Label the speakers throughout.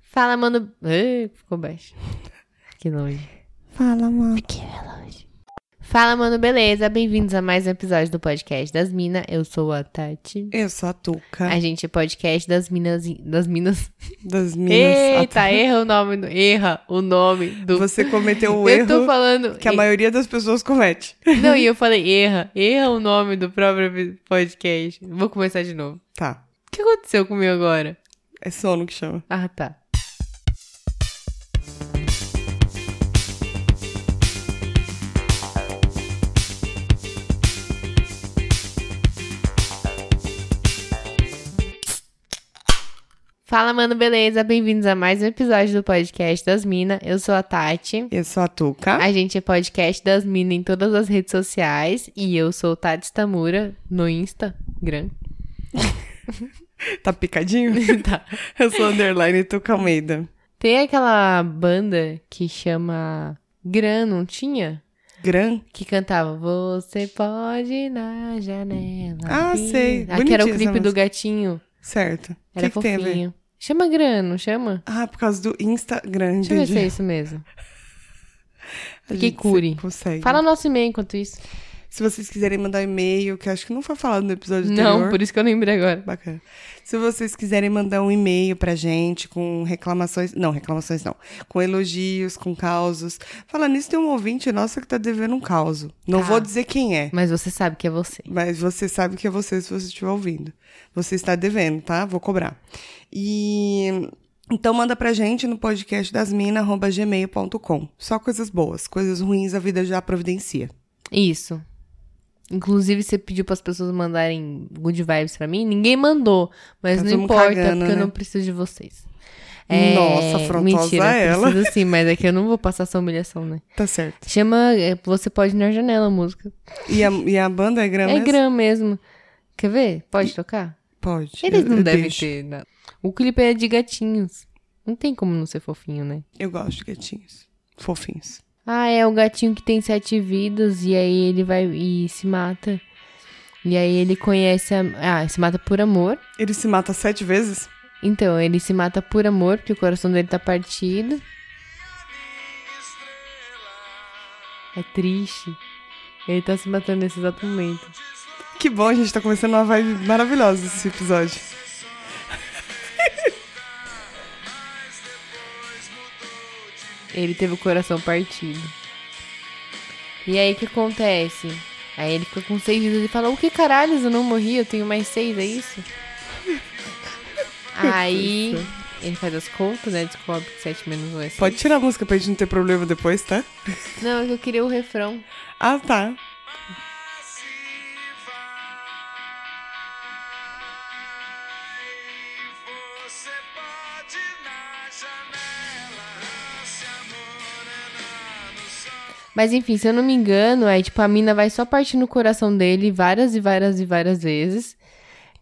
Speaker 1: Fala, mano. Ih, ficou baixo. Que longe.
Speaker 2: Fala, mano.
Speaker 1: Fala, mano, beleza? Bem-vindos a mais um episódio do podcast das Minas. Eu sou a Tati.
Speaker 2: Eu sou a Tuca,
Speaker 1: A gente é podcast das Minas. Das Minas.
Speaker 2: das Minas.
Speaker 1: Eita, erra o nome. do- Erra o nome do.
Speaker 2: Você cometeu o
Speaker 1: eu
Speaker 2: erro
Speaker 1: tô falando.
Speaker 2: que a
Speaker 1: e-
Speaker 2: maioria das pessoas comete.
Speaker 1: Não, e eu falei, erra. Erra o nome do próprio podcast. Vou começar de novo.
Speaker 2: Tá,
Speaker 1: O que aconteceu comigo agora?
Speaker 2: é sono que chama.
Speaker 1: Ah, tá. Fala, mano, beleza? Bem-vindos a mais um episódio do podcast das Minas. Eu sou a Tati.
Speaker 2: Eu sou a Tuca.
Speaker 1: A gente é podcast das Minas em todas as redes sociais. E eu sou Tati Tamura no Instagram.
Speaker 2: Tá picadinho?
Speaker 1: tá.
Speaker 2: Eu sou underline Tuca Almeida.
Speaker 1: Tem aquela banda que chama Gran, não tinha?
Speaker 2: Gran.
Speaker 1: Que cantava Você pode ir na janela.
Speaker 2: Ah,
Speaker 1: ver".
Speaker 2: sei.
Speaker 1: Ah, que era o
Speaker 2: Bonitinha essa
Speaker 1: clipe do
Speaker 2: música.
Speaker 1: gatinho.
Speaker 2: Certo. O
Speaker 1: Era
Speaker 2: que, que tem a ver?
Speaker 1: fofinho. Chama Gran, não chama?
Speaker 2: Ah, por causa do Instagram,
Speaker 1: Deixa eu ver
Speaker 2: entendi.
Speaker 1: se é isso mesmo.
Speaker 2: A
Speaker 1: Que
Speaker 2: gente
Speaker 1: cure.
Speaker 2: Consegue.
Speaker 1: Fala nosso e-mail enquanto isso.
Speaker 2: Se vocês quiserem mandar e-mail, que eu acho que não foi falado no episódio
Speaker 1: Não,
Speaker 2: anterior.
Speaker 1: por isso que eu lembrei agora.
Speaker 2: Bacana. Se vocês quiserem mandar um e-mail pra gente com reclamações. Não, reclamações não. Com elogios, com causos. Falando nisso, tem um ouvinte nosso que tá devendo um causo. Não
Speaker 1: Tá.
Speaker 2: vou dizer quem é,
Speaker 1: Mas você sabe que é você.
Speaker 2: mas você sabe que é você se você estiver ouvindo. Você está devendo, tá? Vou cobrar. E. Então manda pra gente no podcast dasmina.gmail.com. Só coisas boas, coisas ruins a vida já providencia.
Speaker 1: Isso. Inclusive, você pediu para as pessoas mandarem good vibes pra mim. Ninguém mandou, mas
Speaker 2: Tá todo
Speaker 1: não
Speaker 2: mundo
Speaker 1: importa,
Speaker 2: cagando,
Speaker 1: porque eu
Speaker 2: né?
Speaker 1: não preciso de vocês. É,
Speaker 2: Nossa, afrontosa
Speaker 1: mentira, eu
Speaker 2: ela.
Speaker 1: Preciso sim, mas é que eu não vou passar essa humilhação, né?
Speaker 2: Tá certo.
Speaker 1: Chama é, Você Pode Ir na Janela a música.
Speaker 2: E a, e a banda é grana?
Speaker 1: é Gram mesmo. Quer ver? Pode tocar?
Speaker 2: Pode.
Speaker 1: Eles
Speaker 2: Eu-
Speaker 1: não
Speaker 2: eu
Speaker 1: devem
Speaker 2: deixo.
Speaker 1: ter nada. O clipe é de gatinhos. Não tem como não ser fofinho, né?
Speaker 2: Eu gosto de gatinhos. Fofinhos.
Speaker 1: Ah, é o gatinho que tem sete vidas e aí ele vai e se mata. E aí ele conhece a. Ah, se mata por amor.
Speaker 2: Ele se mata sete vezes?
Speaker 1: Então, ele se mata por amor, porque o coração dele tá partido. É triste. Ele tá se matando nesse exato momento.
Speaker 2: Que bom, a gente tá começando uma vibe maravilhosa esse episódio.
Speaker 1: Ele teve o coração partido. E aí o que acontece? Aí ele fica com seis vidas e fala: O que caralhos? Eu não morri, eu tenho mais seis, é isso? aí ele faz as contas, né? Descobre que 7 menos 1 é 6.
Speaker 2: Pode tirar a música pra gente não ter problema depois, tá?
Speaker 1: Não, é que eu queria o refrão.
Speaker 2: Ah, tá.
Speaker 1: Mas enfim, se eu não me engano, aí tipo, a mina vai só partindo o coração dele várias e várias e várias vezes.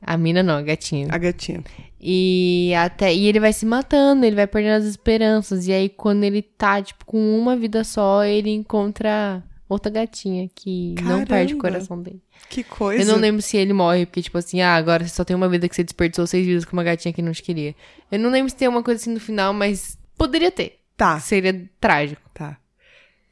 Speaker 1: A mina não, a gatinha.
Speaker 2: A gatinha.
Speaker 1: E até e ele vai se matando, ele vai perdendo as esperanças. E aí, quando ele tá, tipo, com uma vida só, ele encontra outra gatinha que não
Speaker 2: Caramba. é.
Speaker 1: perde o coração dele.
Speaker 2: Que coisa.
Speaker 1: Eu não lembro se ele morre, porque, tipo assim, ah, agora você só tem uma vida que você desperdiçou seis vidas com uma gatinha que não te queria. Eu não lembro se tem uma coisa assim no final, mas poderia ter.
Speaker 2: Tá,
Speaker 1: Seria trágico.
Speaker 2: tá.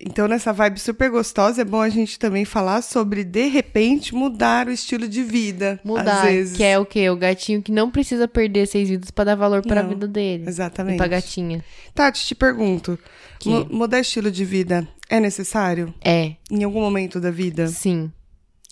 Speaker 2: Então, nessa vibe super gostosa, é bom a gente também falar sobre, de repente, mudar o estilo de vida.
Speaker 1: Mudar.
Speaker 2: Às vezes.
Speaker 1: Que é o quê? O gatinho que não precisa perder seis vidas pra dar valor pra
Speaker 2: Não.
Speaker 1: vida dele. E
Speaker 2: Exatamente.
Speaker 1: pra gatinha.
Speaker 2: Tati, te pergunto.
Speaker 1: Que-
Speaker 2: mu- Mudar estilo de vida é necessário?
Speaker 1: É,
Speaker 2: Em algum momento da vida?
Speaker 1: sim.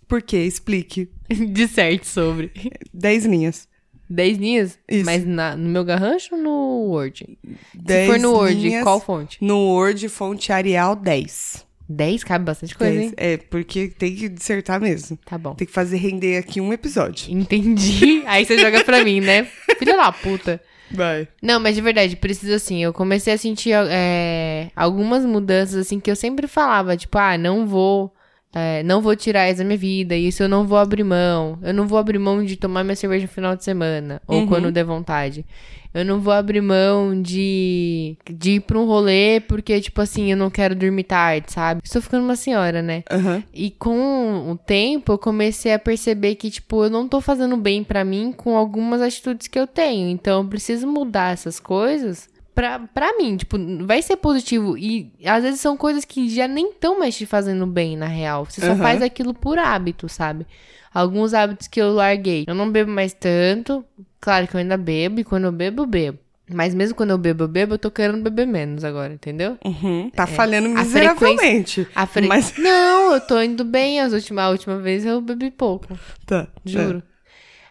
Speaker 2: Por quê? Explique.
Speaker 1: De certo sobre.
Speaker 2: Dez linhas.
Speaker 1: 10 linhas?
Speaker 2: Isso.
Speaker 1: Mas na- no meu garrancho ou no Word?
Speaker 2: Dez
Speaker 1: Se for no Word,
Speaker 2: linhas
Speaker 1: qual fonte?
Speaker 2: No Word, fonte Arial 10.
Speaker 1: 10 cabe bastante coisa,
Speaker 2: 10.
Speaker 1: hein?
Speaker 2: É, porque tem que dissertar mesmo.
Speaker 1: Tá bom.
Speaker 2: Tem que fazer render aqui um episódio.
Speaker 1: Entendi. Aí você joga pra mim, né? Filha da puta.
Speaker 2: Vai.
Speaker 1: Não, mas de verdade, precisa assim. Eu comecei a sentir é, algumas mudanças, assim, que eu sempre falava, tipo, ah, não vou. é, não vou tirar isso da minha vida, isso eu não vou abrir mão. Eu não vou abrir mão de tomar minha cerveja no final de semana, ou
Speaker 2: Uhum.
Speaker 1: quando der vontade. Eu não vou abrir mão de, de ir pra um rolê porque, tipo assim, eu não quero dormir tarde, sabe? Estou ficando uma senhora, né?
Speaker 2: Aham.
Speaker 1: E com o tempo eu comecei a perceber que, tipo, eu não tô fazendo bem pra mim com algumas atitudes que eu tenho. Então eu preciso mudar essas coisas pra, pra mim, tipo, vai ser positivo. E às vezes são coisas que já nem estão mais te fazendo bem, na real. Você só
Speaker 2: Aham.
Speaker 1: faz aquilo por hábito, sabe? Alguns hábitos que eu larguei. Eu não bebo mais tanto. Claro que eu ainda bebo, e quando eu bebo, eu bebo. Mas mesmo quando eu bebo, eu bebo, eu tô querendo beber menos agora, entendeu?
Speaker 2: Uhum. Tá falhando
Speaker 1: É. A
Speaker 2: miseravelmente.
Speaker 1: A fre...
Speaker 2: Mas
Speaker 1: Não, eu tô indo bem. As última, a última vez eu bebi pouco.
Speaker 2: tá.
Speaker 1: Juro.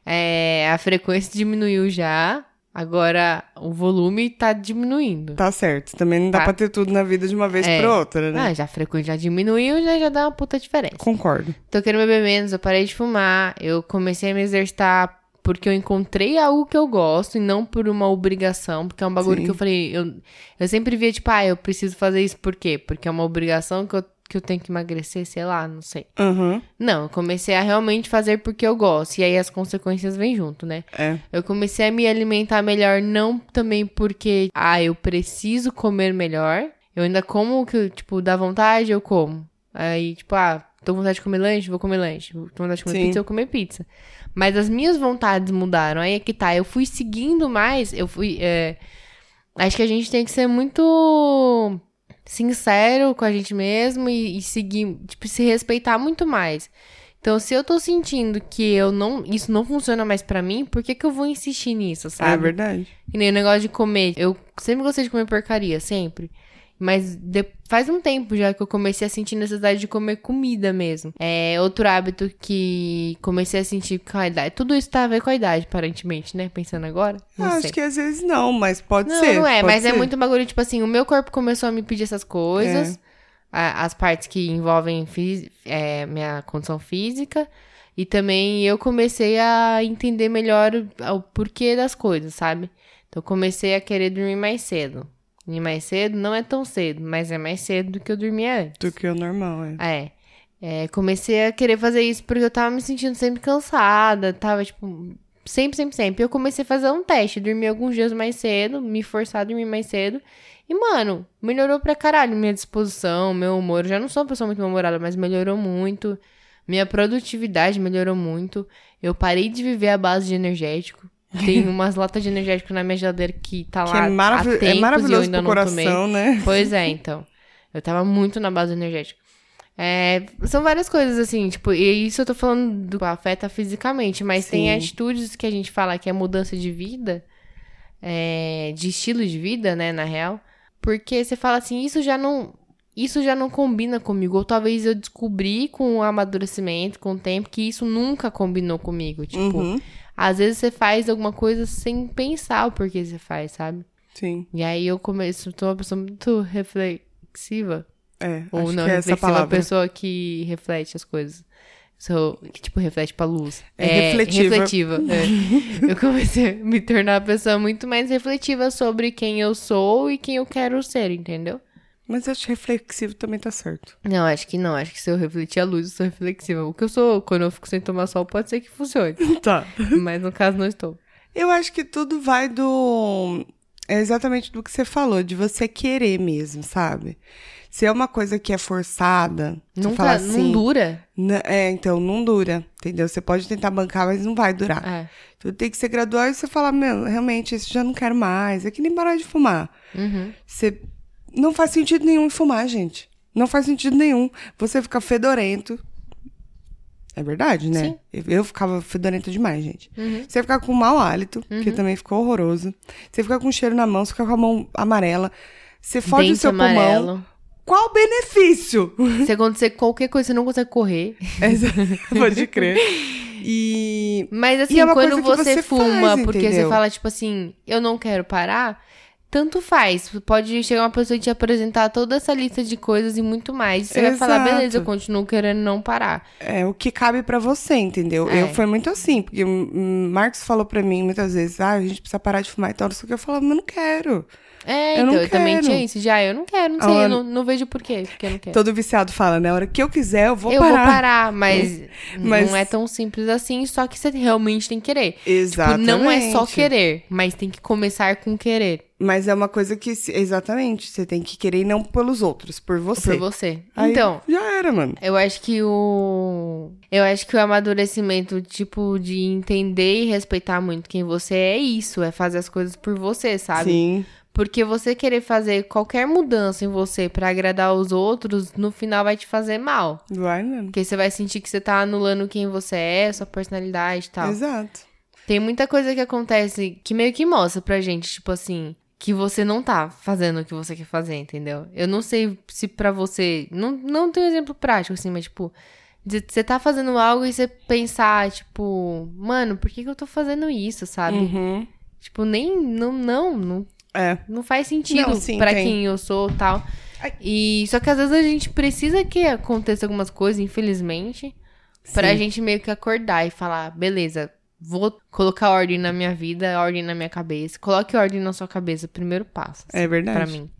Speaker 1: É, a frequência diminuiu já. Agora o volume tá diminuindo.
Speaker 2: Tá certo. Também não dá
Speaker 1: Tá.
Speaker 2: pra ter tudo na vida de uma vez
Speaker 1: É.
Speaker 2: pra outra, né?
Speaker 1: Ah, já a frequência já diminuiu, já, já dá uma puta diferença.
Speaker 2: Concordo.
Speaker 1: Tô querendo beber menos, eu parei de fumar, eu comecei a me exercitar porque eu encontrei algo que eu gosto e não por uma obrigação, porque é um bagulho
Speaker 2: Sim.
Speaker 1: que eu falei, eu, eu sempre via tipo, ah, eu preciso fazer isso por quê? Porque é uma obrigação que eu, que eu tenho que emagrecer, sei lá, não sei.
Speaker 2: Uhum.
Speaker 1: Não, eu comecei a realmente fazer porque eu gosto, e aí as consequências vêm junto, né?
Speaker 2: É.
Speaker 1: Eu comecei a me alimentar melhor, não também porque, ah, eu preciso comer melhor. Eu ainda como o que, tipo, dá vontade, eu como. Aí, tipo, ah, tô com vontade de comer lanche, vou comer lanche. Tô com vontade de comer
Speaker 2: Sim.
Speaker 1: pizza, eu vou comer pizza. Mas as minhas vontades mudaram. Aí é que tá, eu fui seguindo mais, eu fui. é, Acho que a gente tem que ser muito sincero com a gente mesmo e, e seguir, tipo, se respeitar muito mais. Então, se eu tô sentindo que eu não, isso não funciona mais pra mim, por que que eu vou insistir nisso,
Speaker 2: É
Speaker 1: sabe?
Speaker 2: verdade.
Speaker 1: Que nem o negócio de comer. Eu sempre gostei de comer porcaria, sempre. Mas de- faz um tempo já que eu comecei a sentir necessidade de comer comida mesmo. É outro hábito que comecei a sentir com a idade. Tudo isso tá a ver com a idade, aparentemente, né? Pensando agora. Não
Speaker 2: Ah,
Speaker 1: sei.
Speaker 2: acho que às vezes não, mas pode
Speaker 1: Não,
Speaker 2: ser.
Speaker 1: não é,
Speaker 2: pode
Speaker 1: mas é
Speaker 2: ser.
Speaker 1: muito bagulho, tipo assim, o meu corpo começou a me pedir essas
Speaker 2: É.
Speaker 1: coisas, a- as partes que envolvem fisi- é, minha condição física, e também eu comecei a entender melhor o, o porquê das coisas, sabe? Então eu comecei a querer dormir mais cedo. Dormir mais cedo não é tão cedo, mas é mais cedo do que eu dormia antes.
Speaker 2: Do que o normal, é.
Speaker 1: É. É, comecei a querer fazer isso porque eu tava me sentindo sempre cansada, tava tipo. Sempre, sempre, sempre. Eu comecei a fazer um teste, dormir alguns dias mais cedo, me forçar a dormir mais cedo. E, mano, melhorou pra caralho minha disposição, meu humor. Eu já não sou uma pessoa muito humorada, mas melhorou muito. Minha produtividade melhorou muito. Eu parei de viver à base de energético. Tem umas latas de energético na minha geladeira que tá
Speaker 2: Que
Speaker 1: lá.
Speaker 2: é, marav
Speaker 1: há
Speaker 2: é
Speaker 1: tempos e eu
Speaker 2: maravilhoso
Speaker 1: ainda
Speaker 2: pro
Speaker 1: não tomei.
Speaker 2: coração, né?
Speaker 1: Pois é, então. Eu tava muito na base energética. É, são várias coisas, assim, tipo, e isso eu tô falando do afeta fisicamente, mas tem
Speaker 2: Sim.
Speaker 1: atitudes que a gente fala que é mudança de vida, é, de estilo de vida, né, na real. Porque você fala assim, isso já não. Isso já não combina comigo. Ou talvez eu descobri com o amadurecimento, com o tempo, que isso nunca combinou comigo. Tipo,
Speaker 2: Uhum.
Speaker 1: às vezes você faz alguma coisa sem pensar o porquê você faz, sabe?
Speaker 2: Sim.
Speaker 1: E aí eu começo, tô uma pessoa muito reflexiva.
Speaker 2: É.
Speaker 1: Ou
Speaker 2: acho
Speaker 1: não
Speaker 2: que é essa
Speaker 1: reflexiva, uma
Speaker 2: palavra.
Speaker 1: pessoa que reflete as coisas. Sou, que tipo, reflete pra luz.
Speaker 2: É refletiva.
Speaker 1: refletiva, é. Eu comecei a me tornar uma pessoa muito mais refletiva sobre quem eu sou e quem eu quero ser, entendeu?
Speaker 2: Mas acho que reflexivo também tá certo.
Speaker 1: Não, acho que não. Acho que se eu refletir a luz, eu sou reflexiva. O que eu sou quando eu fico sem tomar sol pode ser que funcione.
Speaker 2: Tá.
Speaker 1: mas no caso não estou.
Speaker 2: Eu acho que tudo vai do. É exatamente do que você falou, de você querer mesmo, sabe? Se é uma coisa que é forçada, você
Speaker 1: Nunca,
Speaker 2: fala assim.
Speaker 1: não dura.
Speaker 2: "Nã- É, então não dura, entendeu? Você pode tentar bancar, mas não vai durar.
Speaker 1: É.
Speaker 2: Então tem que ser gradual e você falar, meu, realmente, isso já não quero mais. É que nem parar de fumar.
Speaker 1: Uhum.
Speaker 2: Você não faz sentido nenhum em fumar, gente. Não faz sentido nenhum. Você fica fedorento. É verdade, né?
Speaker 1: Sim.
Speaker 2: Eu, eu ficava fedorento demais, gente.
Speaker 1: Uhum.
Speaker 2: Você fica com mau hálito, que também ficou horroroso. Você fica com cheiro na mão, você fica com a mão amarela. Você fode o
Speaker 1: Dente
Speaker 2: seu
Speaker 1: amarelo.
Speaker 2: pulmão. Qual o benefício?
Speaker 1: Se acontecer qualquer coisa, você não consegue correr.
Speaker 2: Essa- Pode crer. E
Speaker 1: Mas assim,
Speaker 2: E é uma
Speaker 1: quando
Speaker 2: coisa que
Speaker 1: você,
Speaker 2: você
Speaker 1: fuma,
Speaker 2: faz,
Speaker 1: porque você
Speaker 2: entendeu?
Speaker 1: fala, tipo assim, eu não quero parar, tanto faz. Pode chegar uma pessoa e te apresentar toda essa lista de coisas e muito mais. Você vai falar,
Speaker 2: Exato.
Speaker 1: beleza, eu continuo querendo não parar.
Speaker 2: é o que cabe pra você, entendeu?
Speaker 1: É.
Speaker 2: Eu foi muito assim, porque o M- Marcos falou pra mim muitas vezes, ah, a gente precisa parar de fumar e tal, não sei o que eu falava, mas eu não quero.
Speaker 1: É,
Speaker 2: Eu
Speaker 1: então,
Speaker 2: não
Speaker 1: eu também
Speaker 2: quero.
Speaker 1: tinha isso. Já, eu não quero, não sei, eu
Speaker 2: Olha-
Speaker 1: não, não vejo por quê, porque eu não quero.
Speaker 2: Todo viciado fala, né? A hora que eu quiser, eu vou
Speaker 1: É. eu
Speaker 2: parar.
Speaker 1: vou parar, mas,
Speaker 2: Mas-
Speaker 1: não é tão simples assim, só que você realmente tem que querer. Tipo,
Speaker 2: Exatamente.
Speaker 1: não é só querer, mas tem que começar com querer.
Speaker 2: Mas é uma coisa que, se- exatamente, você tem que querer e não pelos outros, por você.
Speaker 1: Por você.
Speaker 2: Aí
Speaker 1: Então,
Speaker 2: Já era, mano.
Speaker 1: Eu acho que o. Eu acho que o amadurecimento, tipo, de entender e respeitar muito quem você é é isso. É fazer as coisas por você, sabe?
Speaker 2: Sim.
Speaker 1: Porque você querer fazer qualquer mudança em você pra agradar os outros, no final vai te fazer mal.
Speaker 2: Vai mesmo.
Speaker 1: Porque você vai sentir que você tá anulando quem você é, sua personalidade e tal.
Speaker 2: Exato.
Speaker 1: Tem muita coisa que acontece que meio que mostra pra gente, tipo assim, que você não tá fazendo o que você quer fazer, entendeu? Eu não sei se pra você. Não, não tem um exemplo prático, assim, mas tipo. de- Você tá fazendo algo e você pensar, tipo, mano, por que, que eu tô fazendo isso, sabe?
Speaker 2: Uhum.
Speaker 1: Tipo, nem. Não, não, não,
Speaker 2: É.
Speaker 1: não faz sentido
Speaker 2: Não, sim,
Speaker 1: pra
Speaker 2: tem.
Speaker 1: quem eu sou tal.
Speaker 2: Ai.
Speaker 1: E só que às vezes a gente precisa que aconteça algumas coisas, infelizmente. Pra
Speaker 2: Sim.
Speaker 1: gente meio que acordar e falar, beleza, vou colocar ordem na minha vida, ordem na minha cabeça. Coloque ordem na sua cabeça, primeiro passo. assim,
Speaker 2: É verdade.
Speaker 1: Pra mim.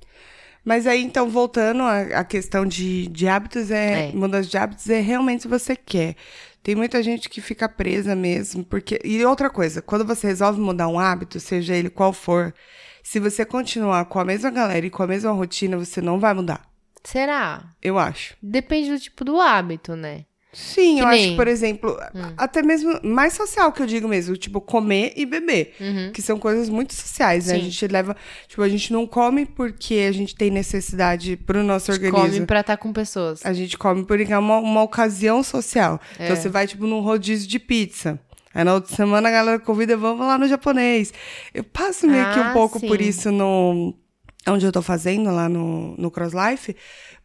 Speaker 2: Mas aí, então, voltando à, à questão de, de hábitos, é,
Speaker 1: É.
Speaker 2: mudança de hábitos é realmente se você quer. Tem muita gente que fica presa mesmo, porque... E outra coisa, quando você resolve mudar um hábito, seja ele qual for, se você continuar com a mesma galera e com a mesma rotina, você não vai mudar,
Speaker 1: Será?
Speaker 2: eu acho.
Speaker 1: Depende do tipo do hábito, né?
Speaker 2: Sim,
Speaker 1: Que
Speaker 2: eu acho
Speaker 1: nem- Hum.
Speaker 2: que, por exemplo, a- até mesmo mais social que eu digo mesmo, tipo, comer e beber.
Speaker 1: Uhum.
Speaker 2: Que são coisas muito sociais, né? A
Speaker 1: Sim.
Speaker 2: gente leva. Tipo, a gente não come porque a gente tem necessidade pro nosso organismo.
Speaker 1: Come pra estar com pessoas.
Speaker 2: A gente come por é uma, uma ocasião social.
Speaker 1: É.
Speaker 2: Então você vai, tipo, num rodízio de pizza. Aí na outra semana a galera convida, vamos lá no japonês. Eu passo meio que um
Speaker 1: Ah,
Speaker 2: pouco por
Speaker 1: sim.
Speaker 2: isso no. Onde eu tô fazendo, lá no, no Cross Life,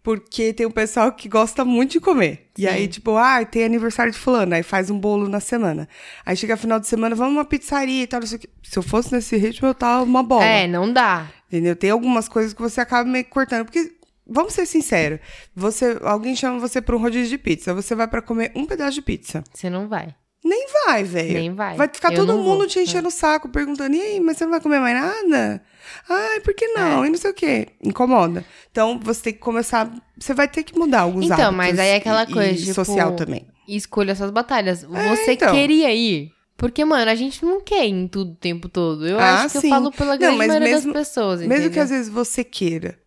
Speaker 2: porque tem um pessoal que gosta muito de comer. E
Speaker 1: Sim.
Speaker 2: aí, tipo, ah, tem aniversário de fulano, aí faz um bolo na semana. Aí chega final de semana, vamos uma pizzaria e tal, não sei o quê. Se eu fosse nesse ritmo, eu tava uma bola.
Speaker 1: É, não dá.
Speaker 2: Entendeu? Tem algumas coisas que você acaba meio que cortando. Porque, vamos ser sinceros, você, alguém chama você pra um rodízio de pizza, você vai pra comer um pedaço de pizza.
Speaker 1: Você não vai.
Speaker 2: Nem vai, velho.
Speaker 1: Nem vai.
Speaker 2: É. Vai ficar
Speaker 1: Eu
Speaker 2: todo
Speaker 1: não vou. né?
Speaker 2: mundo te enchendo o saco, perguntando, e aí, mas você não vai comer mais nada? Ai, por
Speaker 1: É.
Speaker 2: que não? E não sei o quê. Incomoda. Então, você tem que começar, você vai ter que mudar alguns
Speaker 1: Então,
Speaker 2: hábitos.
Speaker 1: mas aí é aquela
Speaker 2: e-
Speaker 1: coisa,
Speaker 2: e
Speaker 1: tipo,
Speaker 2: social também.
Speaker 1: E escolha suas batalhas. Você
Speaker 2: então.
Speaker 1: queria ir? Porque, mano, a gente não quer ir em tudo o tempo todo. Eu
Speaker 2: Ah,
Speaker 1: acho que
Speaker 2: sim.
Speaker 1: eu falo pela
Speaker 2: Não,
Speaker 1: grande
Speaker 2: mas
Speaker 1: maioria
Speaker 2: mesmo-
Speaker 1: das pessoas,
Speaker 2: Mesmo que
Speaker 1: entendeu?
Speaker 2: às vezes você queira.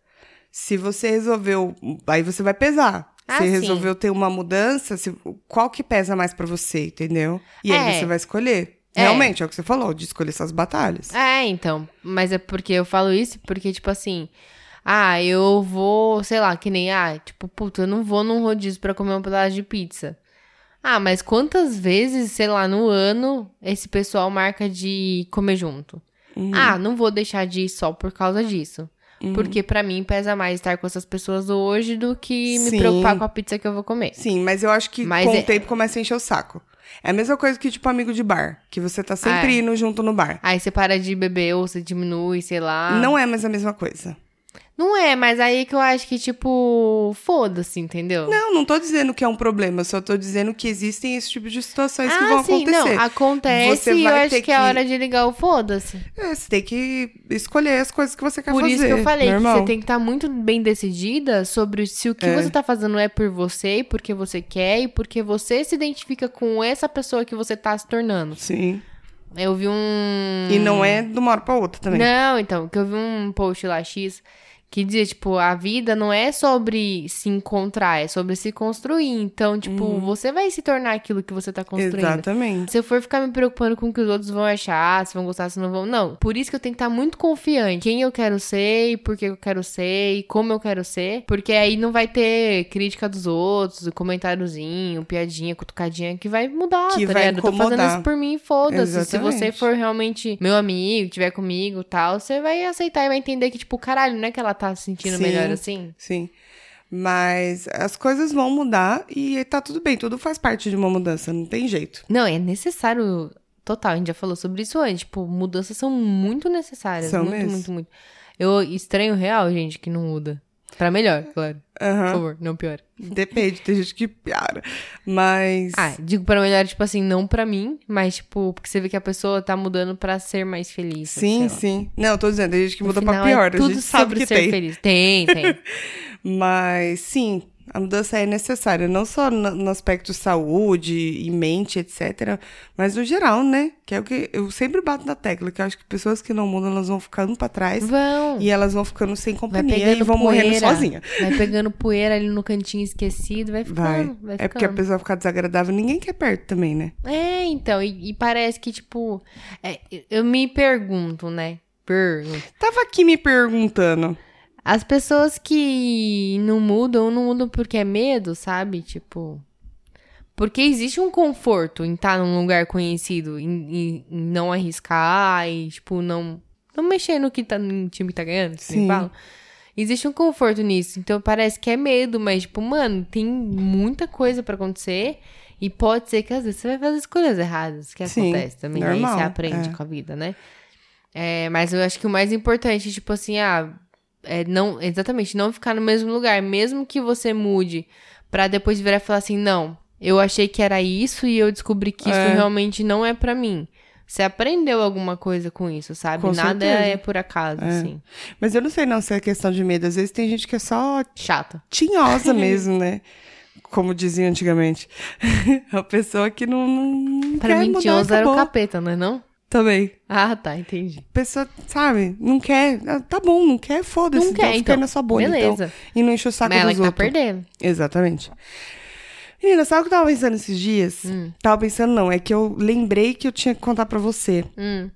Speaker 2: Se você resolveu, aí você vai pesar.
Speaker 1: Ah,
Speaker 2: você
Speaker 1: sim.
Speaker 2: resolveu ter uma mudança, se- qual que pesa mais pra você, entendeu? E aí
Speaker 1: É.
Speaker 2: você vai escolher.
Speaker 1: É.
Speaker 2: Realmente, é o que você falou, de escolher suas batalhas.
Speaker 1: É, então. Mas é porque eu falo isso, porque, tipo assim. Ah, eu vou, sei lá, que nem. Ah, tipo, puta, eu não vou num rodízio pra comer um pedaço de pizza. Ah, mas quantas vezes, sei lá, no ano, esse pessoal marca de comer junto?
Speaker 2: Uhum.
Speaker 1: Ah, não vou deixar de ir só por causa disso.
Speaker 2: Uhum.
Speaker 1: Porque pra mim pesa mais estar com essas pessoas hoje do que me
Speaker 2: Sim.
Speaker 1: preocupar com a pizza que eu vou comer.
Speaker 2: Sim, mas eu acho que
Speaker 1: Mas
Speaker 2: com
Speaker 1: é-
Speaker 2: o tempo começa a encher o saco. É a mesma coisa que, tipo, amigo de bar, que você tá sempre
Speaker 1: Ah, é.
Speaker 2: indo junto no bar.
Speaker 1: Aí você para de beber ou você diminui, sei lá.
Speaker 2: Não é mais a mesma coisa.
Speaker 1: Não é, mas aí que eu acho que, tipo, foda-se, entendeu?
Speaker 2: Não, não tô dizendo que é um problema, eu só tô dizendo que existem esse tipo de situações que vão acontecer.
Speaker 1: Ah, Não, acontece
Speaker 2: Você
Speaker 1: e eu
Speaker 2: vai
Speaker 1: acho
Speaker 2: ter
Speaker 1: que... é
Speaker 2: que-
Speaker 1: hora de ligar o foda-se.
Speaker 2: É, você tem que escolher as coisas que você quer
Speaker 1: Por
Speaker 2: É fazer.
Speaker 1: isso que eu falei
Speaker 2: normal.
Speaker 1: que você tem que estar muito bem decidida sobre se o que
Speaker 2: É.
Speaker 1: você tá fazendo é por você e porque você quer e porque você se identifica com essa pessoa que você tá se tornando.
Speaker 2: Sim.
Speaker 1: Eu vi um...
Speaker 2: E não é de uma hora pra outra também.
Speaker 1: Não, então, que eu vi um post lá X que dizia, tipo, a vida não é sobre se encontrar, é sobre se construir. Então, tipo,
Speaker 2: Hum.
Speaker 1: você vai se tornar aquilo que você tá construindo.
Speaker 2: Exatamente.
Speaker 1: Se eu for ficar me preocupando com o que os outros vão achar, se vão gostar, se não vão, não. Por isso que eu tenho que estar muito confiante. Quem eu quero ser, e por que eu quero ser, e como eu quero ser. Porque aí não vai ter crítica dos outros, comentáriozinho, piadinha, cutucadinha, que vai mudar,
Speaker 2: Que
Speaker 1: tá
Speaker 2: vai
Speaker 1: ligado? Eu tô fazendo
Speaker 2: incomodar.
Speaker 1: isso por mim, foda-se. Se
Speaker 2: Exatamente.
Speaker 1: você for realmente meu amigo, tiver comigo e tal, você vai aceitar e vai entender que, tipo, caralho, não é que ela tá se sentindo
Speaker 2: Sim.
Speaker 1: melhor assim?
Speaker 2: Sim. Mas as coisas vão mudar e tá tudo bem, tudo faz parte de uma mudança, não tem jeito.
Speaker 1: Não, é necessário. Total, a gente já falou sobre isso antes. Tipo, mudanças são muito necessárias.
Speaker 2: São
Speaker 1: muito,
Speaker 2: mesmo.
Speaker 1: muito, muito. Eu estranho real, gente, que não muda. Pra melhor, claro. Por
Speaker 2: Aham.
Speaker 1: favor, não pior.
Speaker 2: Depende, tem gente que piara. Mas.
Speaker 1: Ah, digo pra melhor, tipo assim, não pra mim, mas tipo, porque você vê que a pessoa tá mudando pra ser mais feliz. sei lá.
Speaker 2: sim, sim. Não, eu tô dizendo, tem gente que
Speaker 1: No
Speaker 2: muda pra
Speaker 1: final, é
Speaker 2: pior, a
Speaker 1: tudo
Speaker 2: gente sabe
Speaker 1: sobre
Speaker 2: que
Speaker 1: ser
Speaker 2: tem.
Speaker 1: feliz. Tem, tem.
Speaker 2: Mas sim, a mudança é necessária, não só na- no, aspecto saúde e mente, etc., mas no geral, né? Que é o que eu sempre bato na tecla, que eu acho que pessoas que não mudam, elas vão ficando pra trás
Speaker 1: Vão.
Speaker 2: e elas vão ficando sem
Speaker 1: Vai
Speaker 2: companhia e
Speaker 1: pegando
Speaker 2: vão morrendo
Speaker 1: poeira.
Speaker 2: sozinha.
Speaker 1: Vai pegando poeira ali no cantinho esquecido, vai ficando. Vai,
Speaker 2: Vai.
Speaker 1: ficando.
Speaker 2: É porque a pessoa ficar desagradável, ninguém quer perto também, né?
Speaker 1: É, então, e, e parece que, tipo, é, eu me pergunto, né? Pergunta.
Speaker 2: Tava aqui me perguntando.
Speaker 1: As pessoas que não mudam, não mudam porque é medo, sabe? Tipo. Porque existe um conforto em estar num lugar conhecido, em, em- em não arriscar e, tipo, não, não mexer no que tá, no time que tá ganhando, se
Speaker 2: Sim.
Speaker 1: me fala. Existe um conforto nisso. Então parece que é medo, mas, tipo, mano, tem muita coisa pra acontecer. E pode ser que às vezes você vai fazer escolhas erradas, que
Speaker 2: Sim,
Speaker 1: acontece também. aí
Speaker 2: normal,
Speaker 1: você aprende
Speaker 2: é.
Speaker 1: com a vida, né? É, mas eu acho que o mais importante, tipo assim, ah, é não, exatamente, não ficar no mesmo lugar, mesmo que você mude, pra depois virar e falar assim, não, eu achei que era isso e eu descobri que
Speaker 2: É.
Speaker 1: isso realmente não é pra mim. Você aprendeu alguma coisa com isso, sabe?
Speaker 2: Com
Speaker 1: Nada
Speaker 2: certeza.
Speaker 1: é por acaso,
Speaker 2: É.
Speaker 1: assim.
Speaker 2: Mas eu não sei não se é questão de medo. Às vezes tem gente que é só
Speaker 1: Chato.
Speaker 2: tinhosa mesmo, né? Como dizia antigamente. É uma pessoa que não, não
Speaker 1: Pra
Speaker 2: quer
Speaker 1: mim,
Speaker 2: mudar,
Speaker 1: Tioso era o
Speaker 2: acabou.
Speaker 1: capeta, não é não?
Speaker 2: Também.
Speaker 1: Ah, tá, entendi.
Speaker 2: Pessoa, sabe, não quer. Ah, Tá bom, não quer, foda-se.
Speaker 1: Não quer,
Speaker 2: fica
Speaker 1: então.
Speaker 2: aí na sua bolha, então.
Speaker 1: Beleza.
Speaker 2: E não enche o saco
Speaker 1: Mas ela
Speaker 2: dos
Speaker 1: que tá
Speaker 2: outros.
Speaker 1: perdendo.
Speaker 2: Exatamente. Menina, sabe o que eu tava pensando esses dias?
Speaker 1: Hum.
Speaker 2: Tava pensando, não, é que eu lembrei que eu tinha que contar pra você
Speaker 1: Hum.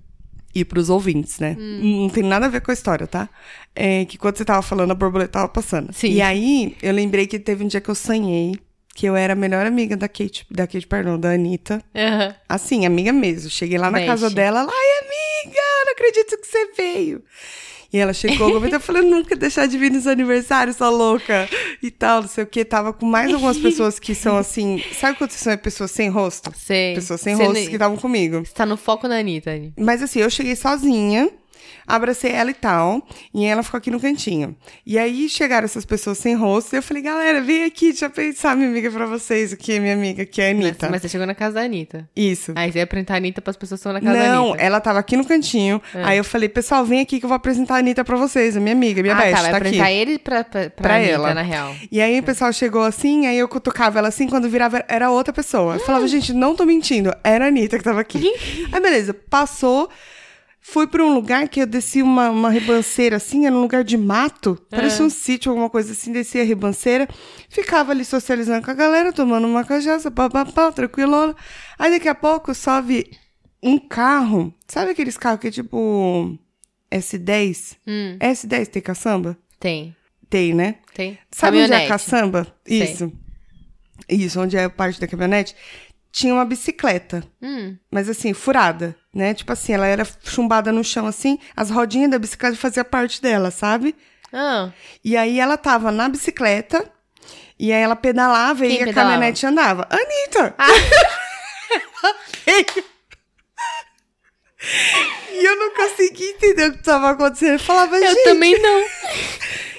Speaker 2: e pros ouvintes, né? Não tem nada a ver com a história, tá? É que quando você tava falando, a borboleta tava passando.
Speaker 1: Sim.
Speaker 2: E aí, eu lembrei que teve um dia que eu sonhei que eu era a melhor amiga da Kate, da Kate, perdão, da Anitta.
Speaker 1: Aham.
Speaker 2: Assim, amiga mesmo. Cheguei lá na
Speaker 1: Best.
Speaker 2: casa dela, ela, ai, amiga, não acredito que você veio. E ela chegou, eu tava falando, nunca deixar de vir nos aniversários, sua louca. E tal, não sei o quê. Tava com mais algumas pessoas que são assim. Sabe quando são pessoas sem rosto?
Speaker 1: Sei.
Speaker 2: Pessoas sem
Speaker 1: Você
Speaker 2: rosto
Speaker 1: não-
Speaker 2: que estavam comigo.
Speaker 1: Você tá no foco da Anitta, Anny.
Speaker 2: Mas assim, eu cheguei sozinha, abracei ela e tal, e ela ficou aqui no cantinho. E aí chegaram essas pessoas sem rosto, e eu falei, galera, vem aqui, deixa eu pensar minha amiga pra vocês aqui, minha amiga, que é a
Speaker 1: Mas,
Speaker 2: Anitta.
Speaker 1: mas você chegou na casa da Anitta.
Speaker 2: Isso.
Speaker 1: Aí você ia apresentar a Anitta pras pessoas que estão na casa da
Speaker 2: Não, é
Speaker 1: Anitta. É.
Speaker 2: ela tava aqui no cantinho. Aí eu falei, pessoal, vem aqui que eu vou apresentar a Anitta pra vocês, a minha amiga, minha
Speaker 1: ah,
Speaker 2: best,
Speaker 1: tá, vai
Speaker 2: tá aqui.
Speaker 1: apresentar ele pra, pra, pra
Speaker 2: Pra
Speaker 1: Anitta,
Speaker 2: ela.
Speaker 1: na real.
Speaker 2: E aí o pessoal chegou assim, aí eu cutucava ela assim, quando virava era outra pessoa. Eu falava, gente, não tô mentindo, era a Anitta que tava aqui. aí beleza, passou, fui pra um lugar que eu desci uma, uma ribanceira assim, era um lugar de mato, parecia um sítio, alguma coisa assim, descia a ribanceira, ficava ali socializando com a galera, tomando uma cachaça, papapá, tranquilona. Aí daqui a pouco só vi um carro, sabe aqueles carros que é tipo S10?
Speaker 1: Hum,
Speaker 2: S10 tem caçamba?
Speaker 1: tem.
Speaker 2: Tem, né?
Speaker 1: Tem.
Speaker 2: Sabe onde é a
Speaker 1: Caminhonete.
Speaker 2: caçamba?
Speaker 1: Sei.
Speaker 2: Isso. Isso, onde é a parte da caminhonete. Tinha uma bicicleta,
Speaker 1: Hum,
Speaker 2: mas assim, furada, né? Tipo assim, ela era chumbada no chão assim, as rodinhas da bicicleta faziam parte dela, sabe?
Speaker 1: Ah,
Speaker 2: E aí ela tava na bicicleta, e aí ela pedalava
Speaker 1: Quem
Speaker 2: e a
Speaker 1: pedalava? Ah.
Speaker 2: caminhonete andava. Anitta! e eu não conseguia entender o que tava acontecendo. Eu falava,
Speaker 1: eu
Speaker 2: gente...
Speaker 1: também não.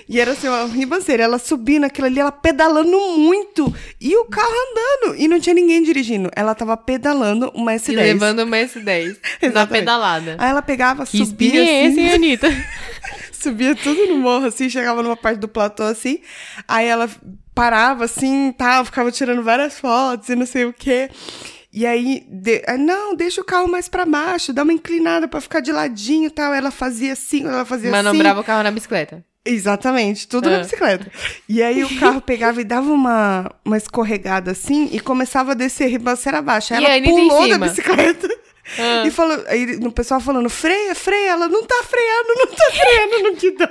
Speaker 2: E era assim, uma ribanceira, ela subindo aquilo ali, ela pedalando muito. E o carro andando. E não tinha ninguém dirigindo. Ela tava pedalando uma S10.
Speaker 1: E levando uma S10 na
Speaker 2: Exatamente.
Speaker 1: pedalada.
Speaker 2: Aí ela pegava,
Speaker 1: que espinha
Speaker 2: subia
Speaker 1: é esse,
Speaker 2: assim,
Speaker 1: hein, Anitta?
Speaker 2: subia tudo no morro, assim, chegava numa parte do platô, assim. Aí ela parava, assim, tal, ficava tirando várias fotos e não sei o quê. E aí, de- ah, não, deixa o carro mais pra baixo, dá uma inclinada pra ficar de ladinho e tal. Ela fazia assim, ela fazia assim.
Speaker 1: Manobrava o carro na bicicleta.
Speaker 2: Exatamente, tudo na
Speaker 1: Ah.
Speaker 2: bicicleta. E aí o carro pegava e dava uma, uma escorregada assim e começava a descer ribanceira abaixo. Aí
Speaker 1: E a
Speaker 2: ela
Speaker 1: Anitta em
Speaker 2: pulou da
Speaker 1: cima.
Speaker 2: bicicleta
Speaker 1: Ah.
Speaker 2: e falou. Aí o pessoal falando: freia, freia. Ela não tá freando, não tá freando, não que dá.